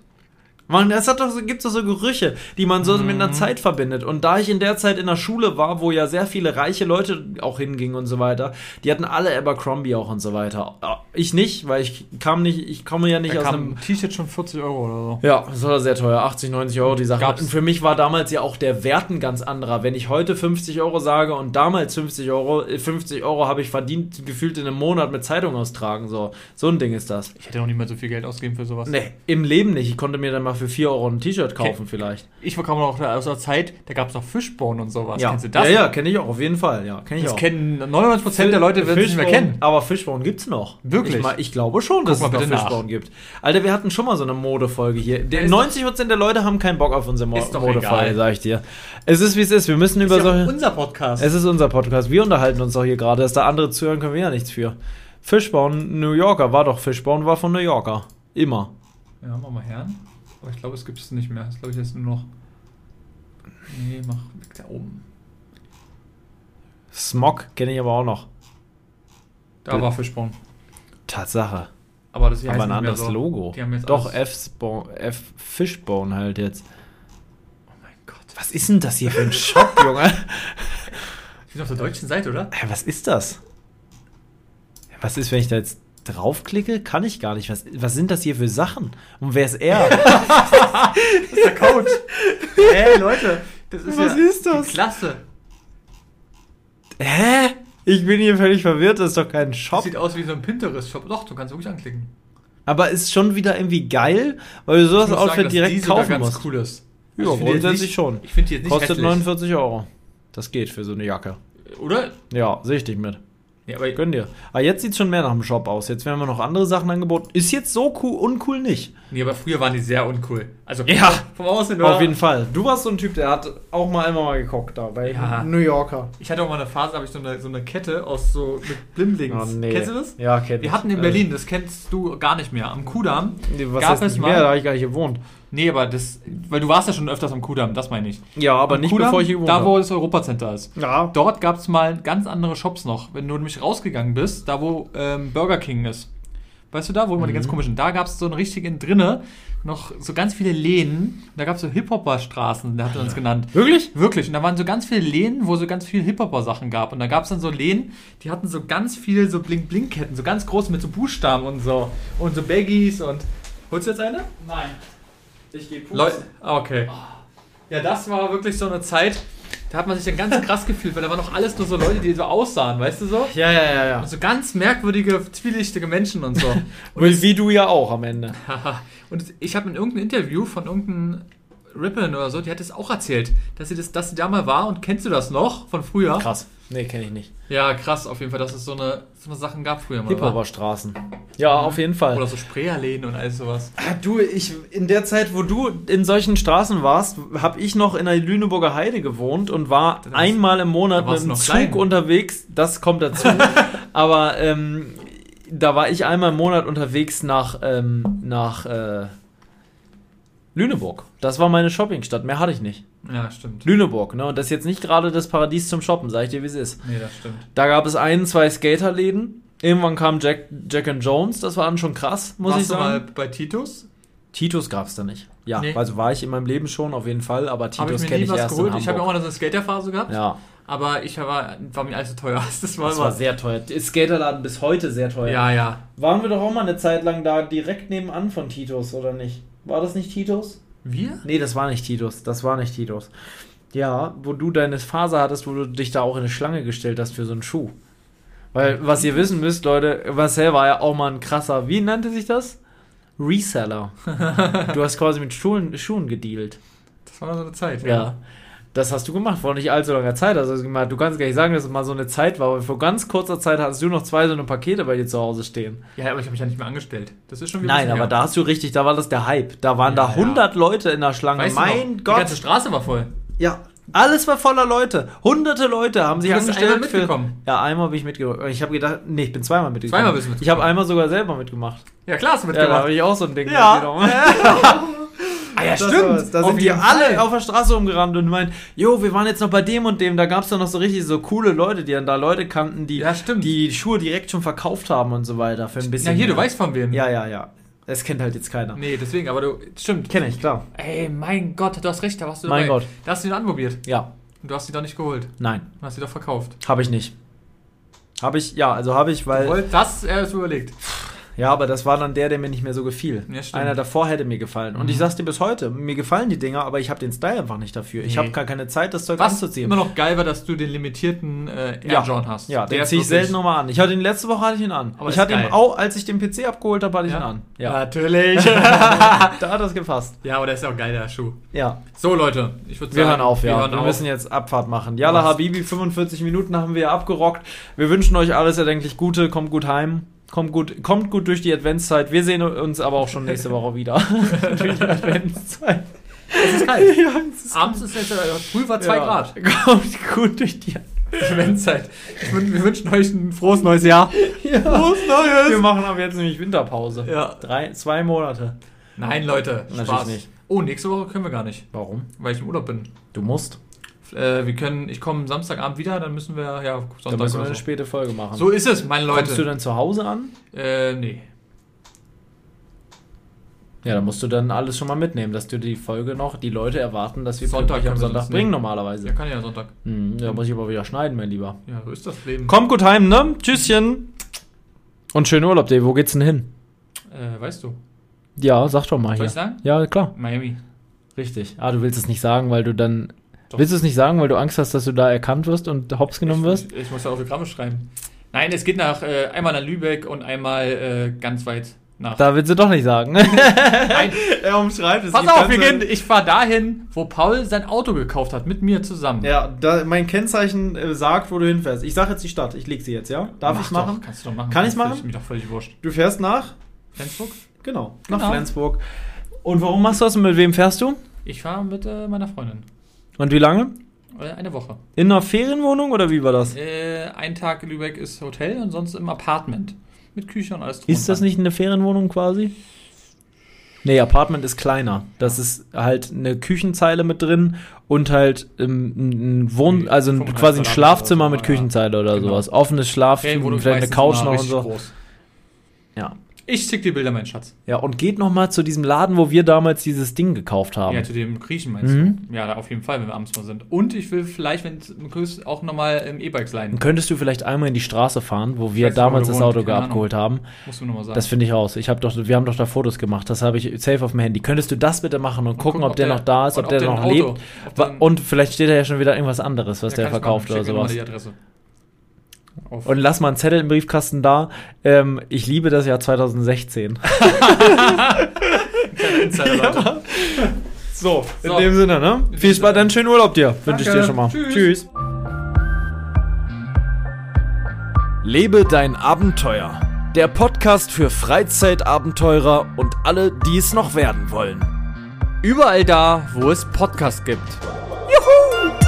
[SPEAKER 1] Man, das hat doch, so- gibt's doch so Gerüche, die man so
[SPEAKER 2] Mhm.
[SPEAKER 1] mit einer Zeit verbindet. Und da ich in der Zeit in der Schule war, wo ja sehr viele reiche Leute auch hingingen und so weiter, die hatten alle Abercrombie auch und so weiter. Äh, Ich nicht, weil ich kam nicht, ich komme ja nicht
[SPEAKER 2] Da
[SPEAKER 1] aus
[SPEAKER 2] kam
[SPEAKER 1] einem
[SPEAKER 2] ein T-Shirt schon 40 Euro oder so.
[SPEAKER 1] ja, das war sehr teuer. 80, 90 Euro die Sache.
[SPEAKER 2] Gab's.
[SPEAKER 1] Und für mich war damals ja auch der Wert ein ganz anderer. Wenn ich heute 50 Euro sage und damals 50 Euro, äh, 50 Euro habe ich verdient, gefühlt in einem Monat mit Zeitung austragen. So, so ein Ding ist das.
[SPEAKER 2] Ich hätte noch nie mal so viel Geld ausgegeben für sowas.
[SPEAKER 1] Nee, im Leben nicht. Ich konnte mir dann mal für 4 Euro ein T-Shirt kaufen
[SPEAKER 2] Okay.
[SPEAKER 1] vielleicht.
[SPEAKER 2] Ich bekam noch aus der Zeit, da gab es noch Fischbone und sowas.
[SPEAKER 1] ja.
[SPEAKER 2] Kennst du das?
[SPEAKER 1] Ja, ja, kenne ich auch, auf jeden Fall. Ja, kenne ich
[SPEAKER 2] Das
[SPEAKER 1] auch.
[SPEAKER 2] kennen 99% der Leute, werden es nicht mehr
[SPEAKER 1] Fishbone-
[SPEAKER 2] kennen.
[SPEAKER 1] Aber Fishbone gibt's noch.
[SPEAKER 2] Wirklich?
[SPEAKER 1] Ich, mal, ich glaube schon, dass
[SPEAKER 2] mal
[SPEAKER 1] es noch
[SPEAKER 2] bitte nach.
[SPEAKER 1] Fishbone gibt. Alter, wir hatten schon mal so eine Modefolge hier. Der
[SPEAKER 2] Ist doch-
[SPEAKER 1] 90% der Leute haben keinen Bock auf unsere Mo
[SPEAKER 2] Ist doch
[SPEAKER 1] Modefolge,
[SPEAKER 2] egal.
[SPEAKER 1] sag ich dir. Es ist wie es ist. Wir müssen über solche.
[SPEAKER 2] unser Podcast.
[SPEAKER 1] Es ist unser Podcast. Wir unterhalten uns doch hier gerade. Dass da andere zuhören, können wir ja nichts für. Fishbone, New Yorker, war doch Fishbone, war von New Yorker. Immer.
[SPEAKER 2] ja, mach mal Herren. Aber ich glaube, es gibt es nicht mehr. Das glaube ich jetzt nur noch. Nee, mach weg da oben.
[SPEAKER 1] Smog kenne ich aber auch noch.
[SPEAKER 2] Da war Fischbone.
[SPEAKER 1] Tatsache.
[SPEAKER 2] Aber das hier
[SPEAKER 1] aber ein
[SPEAKER 2] heißt nicht mehr
[SPEAKER 1] anderes
[SPEAKER 2] so.
[SPEAKER 1] Logo.
[SPEAKER 2] Die haben jetzt
[SPEAKER 1] Doch,
[SPEAKER 2] alles-
[SPEAKER 1] F-Spawn- F-Fishbone halt jetzt.
[SPEAKER 2] Oh mein Gott.
[SPEAKER 1] Was ist denn das hier für ein Shop, Junge?
[SPEAKER 2] Wir sind auf der deutschen Seite, oder?
[SPEAKER 1] Hä, Was ist das? Was ist, wenn ich da jetzt draufklicke, kann ich gar nicht. Was, was sind das hier für Sachen? Und wer ist er?
[SPEAKER 2] Das ist der Coach. hey, Leute. Das ist
[SPEAKER 1] Was
[SPEAKER 2] ja
[SPEAKER 1] ist das?
[SPEAKER 2] Klasse.
[SPEAKER 1] Hä? Ich bin hier völlig verwirrt, das ist doch kein
[SPEAKER 2] Das
[SPEAKER 1] Shop.
[SPEAKER 2] sieht aus wie so ein Pinterest-Shop. Doch, du kannst wirklich anklicken.
[SPEAKER 1] Aber ist schon wieder irgendwie geil, weil du sowas
[SPEAKER 2] Ich muss
[SPEAKER 1] Outfit
[SPEAKER 2] sagen, dass
[SPEAKER 1] direkt
[SPEAKER 2] diese da
[SPEAKER 1] kaufen
[SPEAKER 2] ganz
[SPEAKER 1] musst.
[SPEAKER 2] cool ist.
[SPEAKER 1] Ja,
[SPEAKER 2] ich finde die jetzt
[SPEAKER 1] grundsätzlich
[SPEAKER 2] nicht-
[SPEAKER 1] schon.
[SPEAKER 2] Ich finde die jetzt nicht
[SPEAKER 1] Kostet
[SPEAKER 2] hässlich.
[SPEAKER 1] 49 Euro. Das geht für so eine Jacke.
[SPEAKER 2] Oder?
[SPEAKER 1] Ja, sehe ich dich mit.
[SPEAKER 2] Ja, aber
[SPEAKER 1] Gönn dir. Aber jetzt sieht schon mehr nach dem Shop aus. Jetzt werden wir noch andere Sachen angeboten. Ist jetzt so cool, uncool nicht.
[SPEAKER 2] Nee, aber früher waren die sehr uncool. Also
[SPEAKER 1] Ja.
[SPEAKER 2] vom Aussehen
[SPEAKER 1] Auf jeden Fall. Du warst so ein Typ, der hat auch mal einfach mal geguckt da bei
[SPEAKER 2] Ja.
[SPEAKER 1] New Yorker.
[SPEAKER 2] Ich hatte auch mal eine Phase, da habe ich so eine, so eine Kette aus so mit Blimblings.
[SPEAKER 1] Oh, nee.
[SPEAKER 2] Kennst du das?
[SPEAKER 1] Ja, kenn
[SPEAKER 2] Wir
[SPEAKER 1] ich.
[SPEAKER 2] hatten in
[SPEAKER 1] Also-
[SPEAKER 2] Berlin, das kennst du gar nicht mehr. Am Kudamm
[SPEAKER 1] Nee, Was
[SPEAKER 2] gab
[SPEAKER 1] heißt
[SPEAKER 2] es
[SPEAKER 1] nicht mehr, da
[SPEAKER 2] mal.
[SPEAKER 1] habe ich gar nicht gewohnt.
[SPEAKER 2] Nee, aber das. Weil du warst ja schon öfters am Kudamm, das meine ich.
[SPEAKER 1] Ja, aber
[SPEAKER 2] Am
[SPEAKER 1] nicht
[SPEAKER 2] Kudamm,
[SPEAKER 1] bevor ich hier gewohnt
[SPEAKER 2] Da, wo
[SPEAKER 1] habe.
[SPEAKER 2] das Europacenter ist.
[SPEAKER 1] Ja.
[SPEAKER 2] Dort gab es mal ganz andere Shops noch. Wenn du nämlich rausgegangen bist, da wo ähm, Burger King ist. Weißt du da, wo immer die
[SPEAKER 1] Mhm.
[SPEAKER 2] ganz komischen, da gab es so einen richtigen drinne noch so ganz viele Läden. Da gab es so Hip-Hopper-Straßen, der hat er uns genannt.
[SPEAKER 1] Wirklich?
[SPEAKER 2] Wirklich. Und da waren so ganz viele Läden, wo so ganz viel Hip-Hopper-Sachen gab. Und da gab es dann so Läden, die hatten so ganz viel so Blink-Blink-Ketten, so ganz groß mit so Buchstaben und so. Und so Baggies und. Holst du jetzt eine?
[SPEAKER 3] Nein. Ich gehe putzen.
[SPEAKER 2] Leute, okay. Ja, das war wirklich so eine Zeit, da hat man sich dann ganz krass gefühlt, weil da waren noch alles nur so Leute, die so aussahen, weißt du so?
[SPEAKER 1] Ja, ja, ja, ja.
[SPEAKER 2] Und so ganz merkwürdige, zwielichtige Menschen und so.
[SPEAKER 1] Wie, wie du ja auch am Ende.
[SPEAKER 2] Haha. und ich habe in irgendeinem Interview von irgendeinem Rippin oder so, die hat das auch erzählt, dass sie, das, dass sie da mal war und kennst du das noch von früher?
[SPEAKER 1] Krass. Nee, kenne ich nicht.
[SPEAKER 2] Ja, krass auf jeden Fall, dass es so eine, so eine Sachen gab früher mal. wa?
[SPEAKER 1] Hip-Hopper-Straßen. Ja, auf jeden Fall.
[SPEAKER 2] Oder so Sprayerläden und alles sowas.
[SPEAKER 1] Ah, Du, ich, in der Zeit, wo du in solchen Straßen warst, habe ich noch in der Lüneburger Heide gewohnt und war
[SPEAKER 2] Da warst-
[SPEAKER 1] einmal im Monat
[SPEAKER 2] da
[SPEAKER 1] mit
[SPEAKER 2] warst du
[SPEAKER 1] dem
[SPEAKER 2] noch
[SPEAKER 1] Zug
[SPEAKER 2] klein.
[SPEAKER 1] unterwegs. Das kommt dazu. Aber ähm, da war ich einmal im Monat unterwegs nach, ähm, nach äh, Lüneburg. Das war meine Shoppingstadt. Mehr hatte ich nicht.
[SPEAKER 2] Ja, stimmt.
[SPEAKER 1] Lüneburg, ne? Und das ist jetzt nicht gerade das Paradies zum Shoppen, sag ich dir, wie es ist.
[SPEAKER 2] Nee, das stimmt.
[SPEAKER 1] Da gab es ein, zwei Skaterläden. Irgendwann kam Jack, Jack and Jones. Das war dann schon krass, muss
[SPEAKER 2] Warst
[SPEAKER 1] ich sagen.
[SPEAKER 2] du mal bei Titus?
[SPEAKER 1] Titus gab es da nicht. Ja,
[SPEAKER 2] Nee.
[SPEAKER 1] also war ich in meinem Leben schon auf jeden Fall, aber
[SPEAKER 2] Habe ich
[SPEAKER 1] Titus
[SPEAKER 2] mir
[SPEAKER 1] kenne
[SPEAKER 2] nie
[SPEAKER 1] ich
[SPEAKER 2] was
[SPEAKER 1] erst in
[SPEAKER 2] geholt.
[SPEAKER 1] Hamburg.
[SPEAKER 2] Ich habe ja auch mal so eine Skaterphase gehabt.
[SPEAKER 1] ja,
[SPEAKER 2] Aber ich war, war mir alles zu teuer. Das war,
[SPEAKER 1] das war sehr teuer. Ist Skaterladen bis heute sehr teuer.
[SPEAKER 2] ja, ja.
[SPEAKER 1] Waren wir doch auch mal eine Zeit lang da direkt nebenan von Titus, oder nicht? War das nicht Titus?
[SPEAKER 2] Wir?
[SPEAKER 1] Nee, das war nicht Titus. Das war nicht Titus. Ja, wo du deine Phase hattest, wo du dich da auch in eine Schlange gestellt hast für so einen Schuh. Weil, was ihr wissen müsst, Leute, Marcel war ja auch mal ein krasser, wie nannte sich das? Reseller. du hast quasi mit Schuhen, Schuhen gedealt.
[SPEAKER 2] Das war noch so eine Zeit.
[SPEAKER 1] Ja. Das hast du gemacht vor nicht allzu langer Zeit. Also gemacht. du kannst gar nicht sagen, dass es mal so eine Zeit war, aber vor ganz kurzer Zeit hattest du noch zwei so eine Pakete bei dir zu Hause stehen.
[SPEAKER 2] Ja, aber ich habe mich ja nicht mehr angestellt. Das ist schon wieder.
[SPEAKER 1] Nein,
[SPEAKER 2] ein bisschen
[SPEAKER 1] aber
[SPEAKER 2] her.
[SPEAKER 1] da hast du richtig, da war das der Hype. Da waren da
[SPEAKER 2] Ja, ja.
[SPEAKER 1] 100 Leute in der Schlange.
[SPEAKER 2] Weißt du noch,
[SPEAKER 1] mein
[SPEAKER 2] Die
[SPEAKER 1] Gott.
[SPEAKER 2] ganze Straße war voll.
[SPEAKER 1] Ja. Alles war voller Leute. Hunderte Leute haben sich
[SPEAKER 2] bist
[SPEAKER 1] angestellt.
[SPEAKER 2] einmal mitgekommen.
[SPEAKER 1] Für, ja, einmal bin ich mitgekommen. Ich habe gedacht, nee, ich bin zweimal mitgekommen.
[SPEAKER 2] Zweimal bist du
[SPEAKER 1] Ich habe einmal sogar selber mitgemacht.
[SPEAKER 2] Ja, klar, hast du
[SPEAKER 1] Ja, da
[SPEAKER 2] mitgemacht.
[SPEAKER 1] habe ich auch so ein Ding.
[SPEAKER 2] Ja.
[SPEAKER 1] mitgenommen.
[SPEAKER 2] ah, ja,
[SPEAKER 1] Das war's. Da
[SPEAKER 2] Auf
[SPEAKER 1] sind die
[SPEAKER 2] jeden
[SPEAKER 1] Oh, alle
[SPEAKER 2] Fall.
[SPEAKER 1] auf der Straße umgerannt und meinen, jo, wir waren jetzt noch bei dem und dem. Da gab es dann noch so richtig so coole Leute, die dann da Leute kannten, die
[SPEAKER 2] Ja, stimmt.
[SPEAKER 1] die Schuhe direkt schon verkauft haben und so weiter für ein bisschen.
[SPEAKER 2] Na, hier, du
[SPEAKER 1] mehr.
[SPEAKER 2] weißt von wem.
[SPEAKER 1] Ja, ja, ja. Das kennt halt jetzt keiner.
[SPEAKER 2] Nee, deswegen, aber du. Stimmt.
[SPEAKER 1] Kenne ich, klar.
[SPEAKER 2] Ey, mein Gott, du hast recht, da warst du
[SPEAKER 1] Mein
[SPEAKER 2] dabei.
[SPEAKER 1] Gott.
[SPEAKER 2] Da hast du ihn anprobiert.
[SPEAKER 1] Ja,
[SPEAKER 2] Und du hast ihn doch nicht geholt.
[SPEAKER 1] nein,
[SPEAKER 2] Du hast ihn doch verkauft.
[SPEAKER 1] habe ich nicht. Habe ich, ja, also habe ich, weil.
[SPEAKER 2] Wollt- Das er ist überlegt.
[SPEAKER 1] Ja, aber das war dann der, der mir nicht mehr so gefiel.
[SPEAKER 2] Ja, stimmt. Mhm.
[SPEAKER 1] Einer davor hätte mir gefallen. Und ich sag's dir bis heute, mir gefallen die Dinger, aber ich habe den Style einfach nicht dafür. Ich
[SPEAKER 2] Nee.
[SPEAKER 1] habe gar keine Zeit, das Zeug
[SPEAKER 2] Was
[SPEAKER 1] anzuziehen.
[SPEAKER 2] immer noch geil war, dass du den limitierten äh, Air John hast.
[SPEAKER 1] Ja, den
[SPEAKER 2] ist
[SPEAKER 1] ziehe ich
[SPEAKER 2] wirklich-
[SPEAKER 1] selten um. nochmal an. Ich hatte ihn letzte Woche hatte ich ihn an.
[SPEAKER 2] Aber
[SPEAKER 1] ich
[SPEAKER 2] ist
[SPEAKER 1] hatte ihn
[SPEAKER 2] geil.
[SPEAKER 1] auch, als ich den PC abgeholt habe, hatte ich
[SPEAKER 2] Ja?
[SPEAKER 1] ihn an. Ja.
[SPEAKER 2] Natürlich.
[SPEAKER 1] Da hat das gepasst.
[SPEAKER 2] ja, aber der ist auch geil, der Schuh.
[SPEAKER 1] Ja.
[SPEAKER 2] So, Leute, ich würde sagen,
[SPEAKER 1] Wir hören auf, ja. Wir,
[SPEAKER 2] hören auf.
[SPEAKER 1] müssen jetzt Abfahrt machen. Yalla
[SPEAKER 2] Was?
[SPEAKER 1] Habibi, 45 Minuten haben wir abgerockt. Wir wünschen euch alles erdenklich Gute, kommt gut heim. Kommt gut, kommt gut durch die Adventszeit. Wir sehen uns aber auch schon nächste Woche wieder. durch die Adventszeit.
[SPEAKER 2] Es ist kalt.
[SPEAKER 1] Ja, es ist-
[SPEAKER 2] Abends ist jetzt, äh, früh war 2
[SPEAKER 1] ja.
[SPEAKER 2] Grad.
[SPEAKER 1] Kommt gut durch die
[SPEAKER 2] Adventszeit. Ich wün- Wir wünschen euch ein frohes neues Jahr.
[SPEAKER 1] ja.
[SPEAKER 2] Frohes neues!
[SPEAKER 1] Wir machen aber jetzt nämlich Winterpause.
[SPEAKER 2] Ja.
[SPEAKER 1] Drei, zwei Monate.
[SPEAKER 2] Nein, Leute,
[SPEAKER 1] Natürlich
[SPEAKER 2] Spaß.
[SPEAKER 1] nicht.
[SPEAKER 2] Oh, nächste Woche können wir gar nicht,
[SPEAKER 1] Warum?
[SPEAKER 2] weil ich im Urlaub bin.
[SPEAKER 1] Du musst.
[SPEAKER 2] Äh, wir können, ich komme Samstagabend wieder, dann müssen wir, ja,
[SPEAKER 1] Dann müssen
[SPEAKER 2] Sonntag
[SPEAKER 1] wir
[SPEAKER 2] oder
[SPEAKER 1] eine
[SPEAKER 2] so.
[SPEAKER 1] späte Folge machen.
[SPEAKER 2] So ist es, meine
[SPEAKER 1] Kommst du
[SPEAKER 2] Leute.
[SPEAKER 1] dann zu Hause an?
[SPEAKER 2] Äh, nee.
[SPEAKER 1] Ja, dann musst du dann alles schon mal mitnehmen, dass du die Folge noch, die Leute erwarten, dass wir
[SPEAKER 2] Sonntag
[SPEAKER 1] pünktlich am
[SPEAKER 2] können wir
[SPEAKER 1] Sonntag
[SPEAKER 2] sonst
[SPEAKER 1] bringen
[SPEAKER 2] nehmen.
[SPEAKER 1] normalerweise.
[SPEAKER 2] Ja, kann ja Sonntag.
[SPEAKER 1] Hm, da muss ich aber wieder schneiden, mein Lieber.
[SPEAKER 2] Ja, so ist das Leben.
[SPEAKER 1] Kommt gut heim, ne? Tschüsschen. Und schönen Urlaub, Dave. Wo geht's denn hin?
[SPEAKER 2] Äh, weißt du?
[SPEAKER 1] Ja, sag doch mal
[SPEAKER 2] Soll
[SPEAKER 1] hier.
[SPEAKER 2] ich sagen?
[SPEAKER 1] Ja, klar.
[SPEAKER 2] Miami.
[SPEAKER 1] Richtig. Ah, du willst es nicht sagen, weil du dann.
[SPEAKER 2] Doch.
[SPEAKER 1] Willst du es nicht sagen, weil du Angst hast, dass du da erkannt wirst und hops genommen wirst?
[SPEAKER 2] Ich, ich muss ja Autogramme schreiben. Nein, es geht nach äh, einmal nach Lübeck und einmal äh, ganz weit nach.
[SPEAKER 1] Da willst du doch nicht sagen.
[SPEAKER 2] Nein,
[SPEAKER 1] er umschreibt es.
[SPEAKER 2] pass auf, wir gehen, ich fahre dahin, wo Paul sein Auto gekauft hat, mit mir zusammen.
[SPEAKER 1] Ja, da, mein Kennzeichen äh, sagt, wo du hinfährst. Ich sag jetzt die Stadt. Ich leg sie jetzt, ja? Darf
[SPEAKER 2] Mach
[SPEAKER 1] ich machen?
[SPEAKER 2] Doch, kannst du doch machen.
[SPEAKER 1] Kann ich's
[SPEAKER 2] Das ist
[SPEAKER 1] machen?
[SPEAKER 2] Mir doch völlig wurscht.
[SPEAKER 1] Du fährst nach?
[SPEAKER 2] Flensburg?
[SPEAKER 1] Genau, nach
[SPEAKER 2] Genau.
[SPEAKER 1] Flensburg. Und warum machst du das und mit wem fährst du?
[SPEAKER 2] Ich fahre mit äh, meiner Freundin.
[SPEAKER 1] Und wie lange?
[SPEAKER 2] Äh, eine Woche.
[SPEAKER 1] In einer Ferienwohnung oder wie war das?
[SPEAKER 2] Äh, ein Tag in Lübeck ist Hotel und sonst im Apartment. Mit Küche und alles drum
[SPEAKER 1] Ist
[SPEAKER 2] und
[SPEAKER 1] das
[SPEAKER 2] dran.
[SPEAKER 1] nicht eine Ferienwohnung quasi? Nee, Apartment ist kleiner. Das ist halt eine Küchenzeile mit drin und halt ähm, ein ein Wohn,
[SPEAKER 2] Nee,
[SPEAKER 1] also ein,
[SPEAKER 2] 35
[SPEAKER 1] quasi ein
[SPEAKER 2] Quadratmeter
[SPEAKER 1] Schlafzimmer
[SPEAKER 2] oder so,
[SPEAKER 1] mit
[SPEAKER 2] ja.
[SPEAKER 1] Küchenzeile oder
[SPEAKER 2] Genau.
[SPEAKER 1] sowas. Offenes Schlafzimmer,
[SPEAKER 2] Ferienwohnung
[SPEAKER 1] vielleicht eine
[SPEAKER 2] meistens
[SPEAKER 1] Couch
[SPEAKER 2] immer
[SPEAKER 1] noch und
[SPEAKER 2] richtig
[SPEAKER 1] so.
[SPEAKER 2] Groß.
[SPEAKER 1] Ja.
[SPEAKER 2] Ich schick dir Bilder, mein Schatz.
[SPEAKER 1] Ja, und geht nochmal zu diesem Laden, wo wir damals dieses Ding gekauft haben.
[SPEAKER 2] Ja, zu dem Griechen meinst
[SPEAKER 1] Mhm.
[SPEAKER 2] du? Ja, auf jeden Fall, wenn wir abends mal sind. Und ich will vielleicht, wenn es möglich ist, auch nochmal im E-Bikes leihen.
[SPEAKER 1] Dann könntest du vielleicht einmal in die Straße fahren, wo wir
[SPEAKER 2] weiß nicht, wo
[SPEAKER 1] damals
[SPEAKER 2] du
[SPEAKER 1] das
[SPEAKER 2] wohnst,
[SPEAKER 1] Auto
[SPEAKER 2] keine Ahnung.
[SPEAKER 1] abgeholt haben.
[SPEAKER 2] Muss man nochmal sagen.
[SPEAKER 1] Das finde ich raus. Ich hab doch, wir haben doch da Fotos gemacht. Das habe ich safe auf dem Handy. Könntest du das bitte machen und gucken, ob, der, noch da ist,
[SPEAKER 2] und
[SPEAKER 1] ob, der,
[SPEAKER 2] ein
[SPEAKER 1] noch
[SPEAKER 2] Auto-
[SPEAKER 1] lebt?
[SPEAKER 2] ob
[SPEAKER 1] Wa-
[SPEAKER 2] der ein-
[SPEAKER 1] Und vielleicht steht da ja schon wieder irgendwas anderes, was
[SPEAKER 2] Ja,
[SPEAKER 1] der
[SPEAKER 2] kann ich
[SPEAKER 1] verkauft
[SPEAKER 2] machen.
[SPEAKER 1] oder
[SPEAKER 2] Schick mir noch mal
[SPEAKER 1] sowas.
[SPEAKER 2] Die Adresse. Auf.
[SPEAKER 1] Und lass mal einen Zettel im Briefkasten da. Ähm, ich liebe das Jahr 2016.
[SPEAKER 2] Insider, Leute.
[SPEAKER 1] So, in
[SPEAKER 2] So.
[SPEAKER 1] dem Sinne, ne?
[SPEAKER 2] dem
[SPEAKER 1] Viel
[SPEAKER 2] Sinne.
[SPEAKER 1] Spaß, dann schönen Urlaub dir. Wünsche ich
[SPEAKER 2] Danke.
[SPEAKER 1] dir schon mal.
[SPEAKER 2] Tschüss.
[SPEAKER 1] Tschüss.
[SPEAKER 4] Lebe dein Abenteuer. Der Podcast für Freizeitabenteurer und alle, die es noch werden wollen.
[SPEAKER 5] Überall da, wo es Podcasts gibt.
[SPEAKER 4] Juhu!